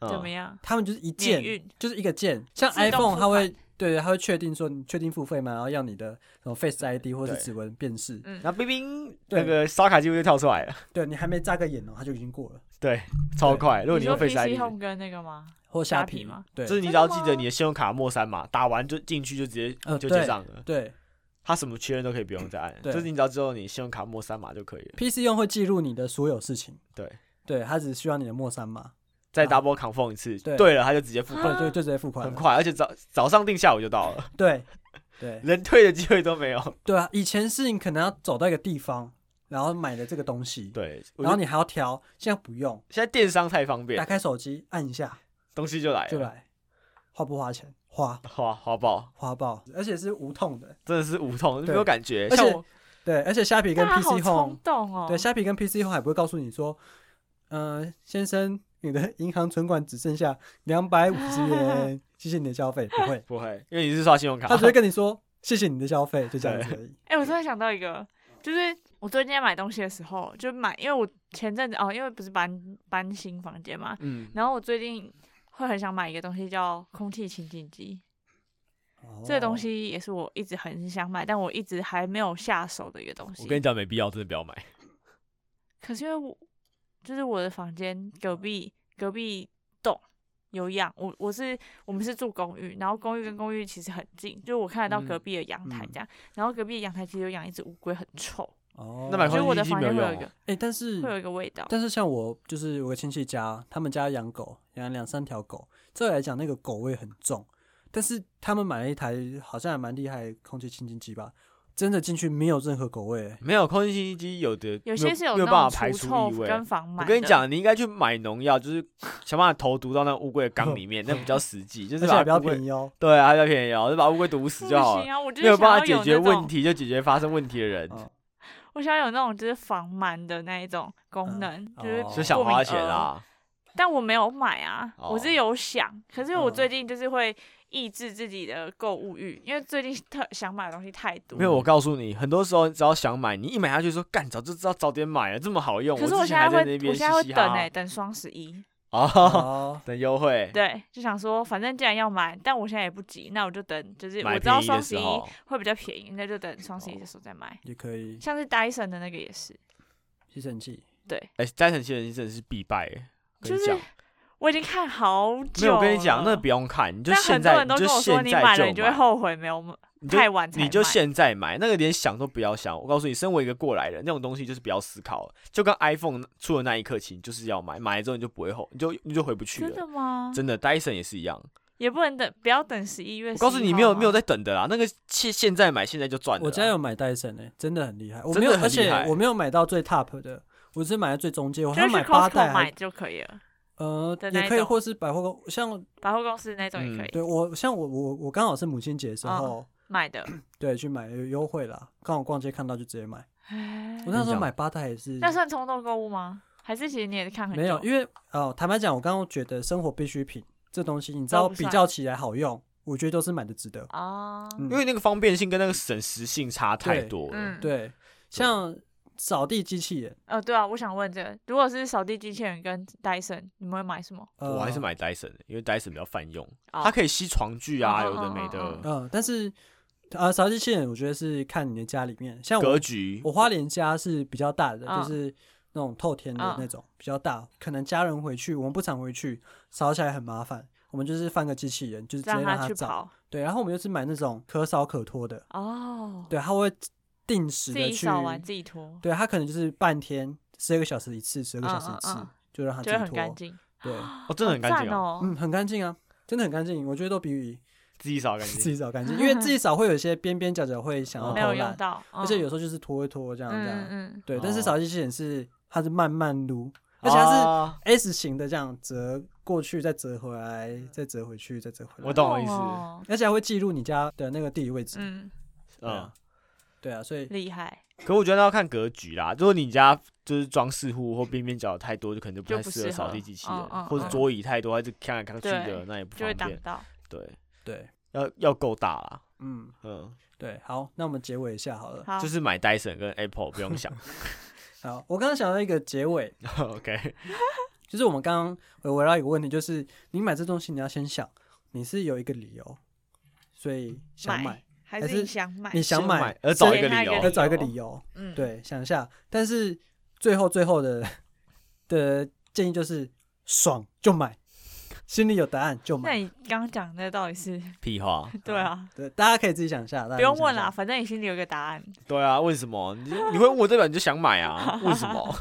Speaker 2: 怎么
Speaker 3: 嗯
Speaker 2: 样？
Speaker 1: 他们就是一
Speaker 2: 免
Speaker 1: 键
Speaker 2: 运，
Speaker 1: 就是一个键，像
Speaker 2: 自动
Speaker 1: iPhone
Speaker 2: 付
Speaker 1: 它会
Speaker 2: 款
Speaker 1: 对对，它会确定说你确定付费吗？然后要你的什么 Face ID 或是
Speaker 3: 对
Speaker 1: 指纹辨识，
Speaker 2: 嗯，
Speaker 3: 然后冰冰
Speaker 1: 对
Speaker 3: 那个刷卡记录就跳出来了，
Speaker 1: 对你还没眨个眼哦，它就已经过了。
Speaker 3: 对，超快。如果
Speaker 2: 你
Speaker 3: 你用
Speaker 2: 说
Speaker 3: Face ID，
Speaker 2: PC Home 跟那个吗？
Speaker 1: 或
Speaker 2: 虾
Speaker 1: 虾
Speaker 2: 皮
Speaker 1: 皮
Speaker 2: 吗？
Speaker 1: 对
Speaker 3: 就是你只要记得你的信用卡末三码，打完就进去就直接
Speaker 1: 呃
Speaker 3: 就
Speaker 1: 对
Speaker 3: 结账了，
Speaker 1: 对
Speaker 3: 他什么确认都可以不用再按，
Speaker 1: 对
Speaker 3: 就是你只要知道你信用卡末三码就可以了。
Speaker 1: ，PC 用会记录你的所有事情，
Speaker 3: 对，
Speaker 1: 对，它只需要你的末三码，
Speaker 3: 再
Speaker 1: 啊
Speaker 3: double confirm 一次，
Speaker 1: 对
Speaker 3: 对了他就直接付
Speaker 1: 对
Speaker 2: 啊
Speaker 3: 款，
Speaker 1: 对，就直接付款
Speaker 3: 很
Speaker 1: 了。
Speaker 3: 快，而且早早上定下午就到 了，
Speaker 1: 对对
Speaker 3: 连退的机会都没有。
Speaker 1: 对啊，以前是你可能要走到一个地方，然后买了这个东西，
Speaker 3: 对，我
Speaker 1: 然
Speaker 3: 觉
Speaker 1: 后
Speaker 3: 得
Speaker 1: 你还要挑，现在不用，
Speaker 3: 现在电商太方
Speaker 1: 打
Speaker 3: 便，
Speaker 1: 开手机按一下
Speaker 3: 东西就来
Speaker 1: 就
Speaker 3: 了，
Speaker 1: 来，花不花钱？花
Speaker 3: 花花爆，
Speaker 1: 花爆，而且是无痛的，
Speaker 3: 真的是无痛，没
Speaker 1: 对
Speaker 3: 有感觉
Speaker 1: 而。
Speaker 3: 像
Speaker 1: 且
Speaker 3: 我
Speaker 1: 对，而且虾皮跟
Speaker 2: 大家好
Speaker 1: PC
Speaker 2: 冲
Speaker 1: Home，
Speaker 2: 动哦。
Speaker 1: 对，虾皮跟 PC Home 还不会告诉你说，呃，先生。你的 银行存款只剩下两百五十 元，谢谢你的消费。不 会，
Speaker 3: 不会，因为你是刷信用卡
Speaker 1: 他，只会跟你说谢谢你的消费，就这样子而已。
Speaker 2: 哎、我突然想到一个，就是我最近在买东西的时候，就买，因为我前阵子哦，因为不是搬搬新房间嘛，
Speaker 3: 嗯，
Speaker 2: 然后我最近会很想买一个东西叫空气清净机，
Speaker 3: 哦
Speaker 2: 这个东西也是我一直很想买，但我一直还没有下手的一个东西
Speaker 3: 我。跟你讲没必要，真的不要买。
Speaker 2: 可是因为我就是我的房间隔壁隔壁栋有养，我我是我们是住公寓，然后公寓跟公寓其实很近，就是我看得到
Speaker 3: 嗯
Speaker 2: 隔壁的阳台
Speaker 1: 嗯
Speaker 2: 这样，然后隔壁的阳台其实有养一只乌龟，很臭，
Speaker 1: 哦，
Speaker 3: 那买
Speaker 2: 所以
Speaker 3: 空
Speaker 2: 我
Speaker 3: 气
Speaker 2: 的
Speaker 3: 净机
Speaker 2: 房
Speaker 3: 没
Speaker 2: 间
Speaker 3: 有
Speaker 2: 会有
Speaker 3: 用
Speaker 2: 一
Speaker 3: 哦
Speaker 2: 个
Speaker 1: 哎，但
Speaker 2: 会有
Speaker 1: 是
Speaker 2: 一个味道。
Speaker 1: 但是像我就是有个亲戚家，他们家养狗，养两三条狗，照理来讲那个狗味很重，但是他们买了一台好像还蛮厉害的空气清净机吧，真的进去没有任何狗味、欸
Speaker 3: 没有空气清新机，有的
Speaker 2: 有些是
Speaker 3: 没
Speaker 2: 那
Speaker 3: 有办
Speaker 2: 种
Speaker 3: 法排
Speaker 2: 除
Speaker 3: 除
Speaker 2: 臭
Speaker 3: 异味。
Speaker 2: 跟防螨。
Speaker 3: 我跟你，讲，你应该去买农药，就是想办法投毒到那乌龟的缸里面，那比较 实啊际，就
Speaker 1: 而
Speaker 3: 是
Speaker 1: 且还
Speaker 3: 把
Speaker 1: 比较
Speaker 3: 乌龟
Speaker 1: 便宜哦。
Speaker 3: 对啊，还比较便宜哦，就把乌龟毒死
Speaker 2: 不
Speaker 3: 就好了
Speaker 2: 行。啊，我就
Speaker 3: 没
Speaker 2: 是
Speaker 3: 有办法
Speaker 2: 想要
Speaker 3: 解
Speaker 2: 有
Speaker 3: 决
Speaker 2: 那
Speaker 3: 问
Speaker 2: 种，
Speaker 3: 题，就解决发生问题的人，
Speaker 1: 哦
Speaker 2: 我想要有那种就是防螨的那一种功
Speaker 1: 嗯
Speaker 2: 能，就是
Speaker 1: 哦
Speaker 3: 就想
Speaker 2: 过敏
Speaker 3: 花钱
Speaker 2: 儿
Speaker 3: 啦。
Speaker 2: 但我没有买啊，我
Speaker 3: 哦
Speaker 2: 是有想，可是我
Speaker 1: 嗯
Speaker 2: 最近就是会抑制自己的购物欲，因为最近特想买的东西太多。
Speaker 3: 没有，我告诉你，很多时候只要想买，你一买下去说干，早就知道早点买了，这么好用。
Speaker 2: 可是
Speaker 3: 我之
Speaker 2: 现
Speaker 3: 前还
Speaker 2: 在会，
Speaker 3: 在那边
Speaker 2: 我
Speaker 3: 嘻
Speaker 2: 现在会
Speaker 3: 嘻
Speaker 2: 等
Speaker 3: 哈
Speaker 2: 哎、
Speaker 3: 哈
Speaker 2: 等双十一，
Speaker 3: 哦，
Speaker 1: 哦，
Speaker 3: 等优惠，
Speaker 2: 对，就想说反正既然要买，但我现在也不急，那我就等，就是我
Speaker 3: 买
Speaker 2: 知道
Speaker 3: 便宜
Speaker 2: 双
Speaker 3: 的
Speaker 2: 十
Speaker 3: 时
Speaker 2: 一
Speaker 3: 候，哦
Speaker 2: 会比较便宜，那就等双十一的时候再买。
Speaker 1: 也可以
Speaker 2: 像是 Dyson 的那个也是，
Speaker 1: 吸尘器。
Speaker 2: 对，
Speaker 3: 哎，单程新人真的是必败。哎跟
Speaker 2: 就
Speaker 3: 你
Speaker 2: 是
Speaker 3: 讲，
Speaker 2: 我已经看好久
Speaker 3: 没有，我跟你讲，那
Speaker 2: 了
Speaker 3: 不用看，你就
Speaker 2: 嗯但
Speaker 3: 现
Speaker 2: 很多
Speaker 3: 在，
Speaker 2: 人
Speaker 3: 你
Speaker 2: 都
Speaker 3: 就
Speaker 2: 跟我说
Speaker 3: 现
Speaker 2: 你
Speaker 3: 在
Speaker 2: 买了，
Speaker 3: 就
Speaker 2: 你就会后悔没有买，
Speaker 3: 你就
Speaker 2: 太晚才
Speaker 3: 你就
Speaker 2: 买
Speaker 3: 现在买，那个连想都不要想。我告诉你，身为一个过来人，那种东西就是不要思考了，就跟 iPhone 出的那一刻起，你就是要买，买了之后你就不会后，你就你就回不去
Speaker 2: 真
Speaker 3: 了。
Speaker 2: 的吗？
Speaker 3: 真的，Dyson 也是一样。
Speaker 2: 也不能等，不要等十一月。
Speaker 3: 我告诉你，没
Speaker 2: 哦
Speaker 3: 有没有在等的啦，那个现现在买现在就赚了啦。啊
Speaker 1: 我家有买戴森诶，真的很厉害。我
Speaker 3: 真
Speaker 1: 没有，
Speaker 3: 的很
Speaker 1: 而且
Speaker 3: 厉害
Speaker 1: 我没有买到最 top 的，我只买到最中间。我
Speaker 2: 就
Speaker 1: 还
Speaker 2: 是去
Speaker 1: 买八
Speaker 2: Costco
Speaker 1: 代
Speaker 2: 买
Speaker 1: 还，
Speaker 2: 就可以了，
Speaker 1: 呃
Speaker 2: 的，那
Speaker 1: 也可以，
Speaker 2: 一种
Speaker 1: 或是百货公像
Speaker 2: 百货公司那种
Speaker 3: 嗯
Speaker 2: 也可以
Speaker 1: 对我像我我我刚好是母亲节的
Speaker 2: 嗯
Speaker 1: 时候，
Speaker 2: 买 的。
Speaker 1: 对去买有优惠啦，刚好逛街看到就直接买。
Speaker 2: 唉
Speaker 1: 我那时候买八代也是，
Speaker 2: 那算冲动购物吗？还是其实你也是看很久？
Speaker 1: 没有，因为哦、呃坦白讲，我刚刚觉得生活必需品这东西，你知道
Speaker 2: 都不
Speaker 1: 比
Speaker 2: 算
Speaker 1: 较起来好用，我觉得都是买的值得。
Speaker 2: 啊，
Speaker 1: 嗯
Speaker 3: 因为那个方便性跟那个省时性差太
Speaker 1: 对
Speaker 3: 多了。
Speaker 2: 嗯，，
Speaker 1: 对，像扫地机器人，
Speaker 2: 呃，对啊，我想问这个，如果是扫地机器人跟 Dyson，你们会买什么？
Speaker 1: 呃、
Speaker 3: 我还是买 Dyson 的，因为 Dyson 比较泛用，
Speaker 2: 哦
Speaker 3: 它可以吸床具啊，
Speaker 2: 哦哦
Speaker 3: 有的没
Speaker 2: 哦
Speaker 3: 的，
Speaker 1: 嗯，但是啊，扫地机器人我觉得是看你的家里面，像
Speaker 3: 格
Speaker 1: 我
Speaker 3: 局
Speaker 1: 我花莲家是比较大的，
Speaker 2: 嗯
Speaker 1: 就是那种透天的
Speaker 2: 嗯
Speaker 1: 那种、比较大，可能家人回去，我们不常回去，扫起来很麻烦，我们就是放个机器人，就是直接
Speaker 2: 让
Speaker 1: 让
Speaker 2: 去
Speaker 1: 扫。
Speaker 2: 跑
Speaker 1: 对，然后我们就是买那种可扫可拖的，
Speaker 2: 哦，
Speaker 1: 对，它会定时
Speaker 2: 自
Speaker 1: 的
Speaker 2: 己
Speaker 1: 去，
Speaker 2: 扫完自己拖，
Speaker 1: 对，它可能就是半天十二个小时一次，十二个小时一次，
Speaker 2: 嗯嗯嗯
Speaker 1: 就让它自
Speaker 2: 就会
Speaker 1: 己
Speaker 2: 很干
Speaker 1: 拖。
Speaker 2: 净，
Speaker 1: 对，
Speaker 3: 哦，真的很干净
Speaker 2: 好赞
Speaker 3: 哦，
Speaker 1: 啊
Speaker 2: 哦。
Speaker 1: 嗯，很干净啊，真的很干净，我觉得都比
Speaker 3: 自己扫 干
Speaker 1: 自己
Speaker 3: 净。
Speaker 1: 扫干 净，因为自己扫会有一些边边角角会想要
Speaker 2: 哦没
Speaker 1: 偷
Speaker 2: 有
Speaker 1: 懒
Speaker 2: 用，到，
Speaker 1: 而且有
Speaker 2: 嗯
Speaker 1: 时候就是拖一拖这样这
Speaker 2: 嗯
Speaker 1: 样，
Speaker 2: 嗯，
Speaker 1: 对。但是
Speaker 3: 哦
Speaker 1: 扫地机器人是它是慢慢撸，而且它
Speaker 2: 哦
Speaker 3: 啊
Speaker 1: 是 S 型的这样折过去，再折回来，再折回去，再折回来。
Speaker 3: 我懂我意思
Speaker 2: 哦
Speaker 1: 而且还会记录你家的那个地理位置。
Speaker 2: 嗯，
Speaker 1: 对
Speaker 3: 嗯
Speaker 1: 啊，，对啊，所以
Speaker 2: 厉害，
Speaker 3: 可我觉得要看格局啦。如果你家就是装饰户或边边角太多，就可能就不
Speaker 2: 就
Speaker 3: 太
Speaker 2: 不
Speaker 3: 适合
Speaker 2: 适
Speaker 3: 扫
Speaker 2: 合
Speaker 3: 地机器
Speaker 2: 嗯嗯
Speaker 3: 人，或者
Speaker 1: 嗯
Speaker 3: 桌椅太多，它就看来看去的
Speaker 2: 对，
Speaker 3: 那也不
Speaker 2: 就会
Speaker 3: 方
Speaker 2: 挡
Speaker 3: 便。
Speaker 2: 到。
Speaker 3: 对，
Speaker 1: 对，
Speaker 3: 要要够大啦。
Speaker 1: 嗯，
Speaker 3: 嗯，
Speaker 1: 对，好，那我们结尾一下好了。
Speaker 2: 好，
Speaker 3: 就是买 Dyson 跟 Apple 不 用想。
Speaker 1: 好，我刚刚想到一个结尾，
Speaker 3: OK，
Speaker 1: 就是我们刚刚围围绕一个问题，就是你买这东西，你要先想你是有一个理由，所以想买，
Speaker 2: 还
Speaker 1: 还
Speaker 2: 是你
Speaker 1: 是
Speaker 2: 想买
Speaker 1: 你想
Speaker 3: 先
Speaker 1: 买
Speaker 3: 买而找一
Speaker 2: 先
Speaker 3: 个
Speaker 2: 那
Speaker 3: 理
Speaker 2: 个
Speaker 3: 由
Speaker 1: 要，找一个理由，
Speaker 2: 嗯，
Speaker 1: 对，想一下。但是最后最后的的建议就是爽就买，心里有答案就
Speaker 2: 那
Speaker 1: 买。
Speaker 2: 你刚刚讲的到底是
Speaker 3: 屁话。
Speaker 2: 对啊，
Speaker 1: 对，大家可以自己想一下，
Speaker 3: 啊
Speaker 1: 大家
Speaker 2: 不用问啦，
Speaker 1: 啦。
Speaker 2: 反正你心里有个答案。
Speaker 3: 对啊，为什么？你你会问我代表你就想买啊？为什 么？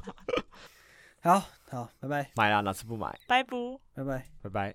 Speaker 1: 好好，拜拜，
Speaker 3: 买啦，哪次不买？
Speaker 2: 拜拜。
Speaker 1: 拜拜。
Speaker 3: 拜拜。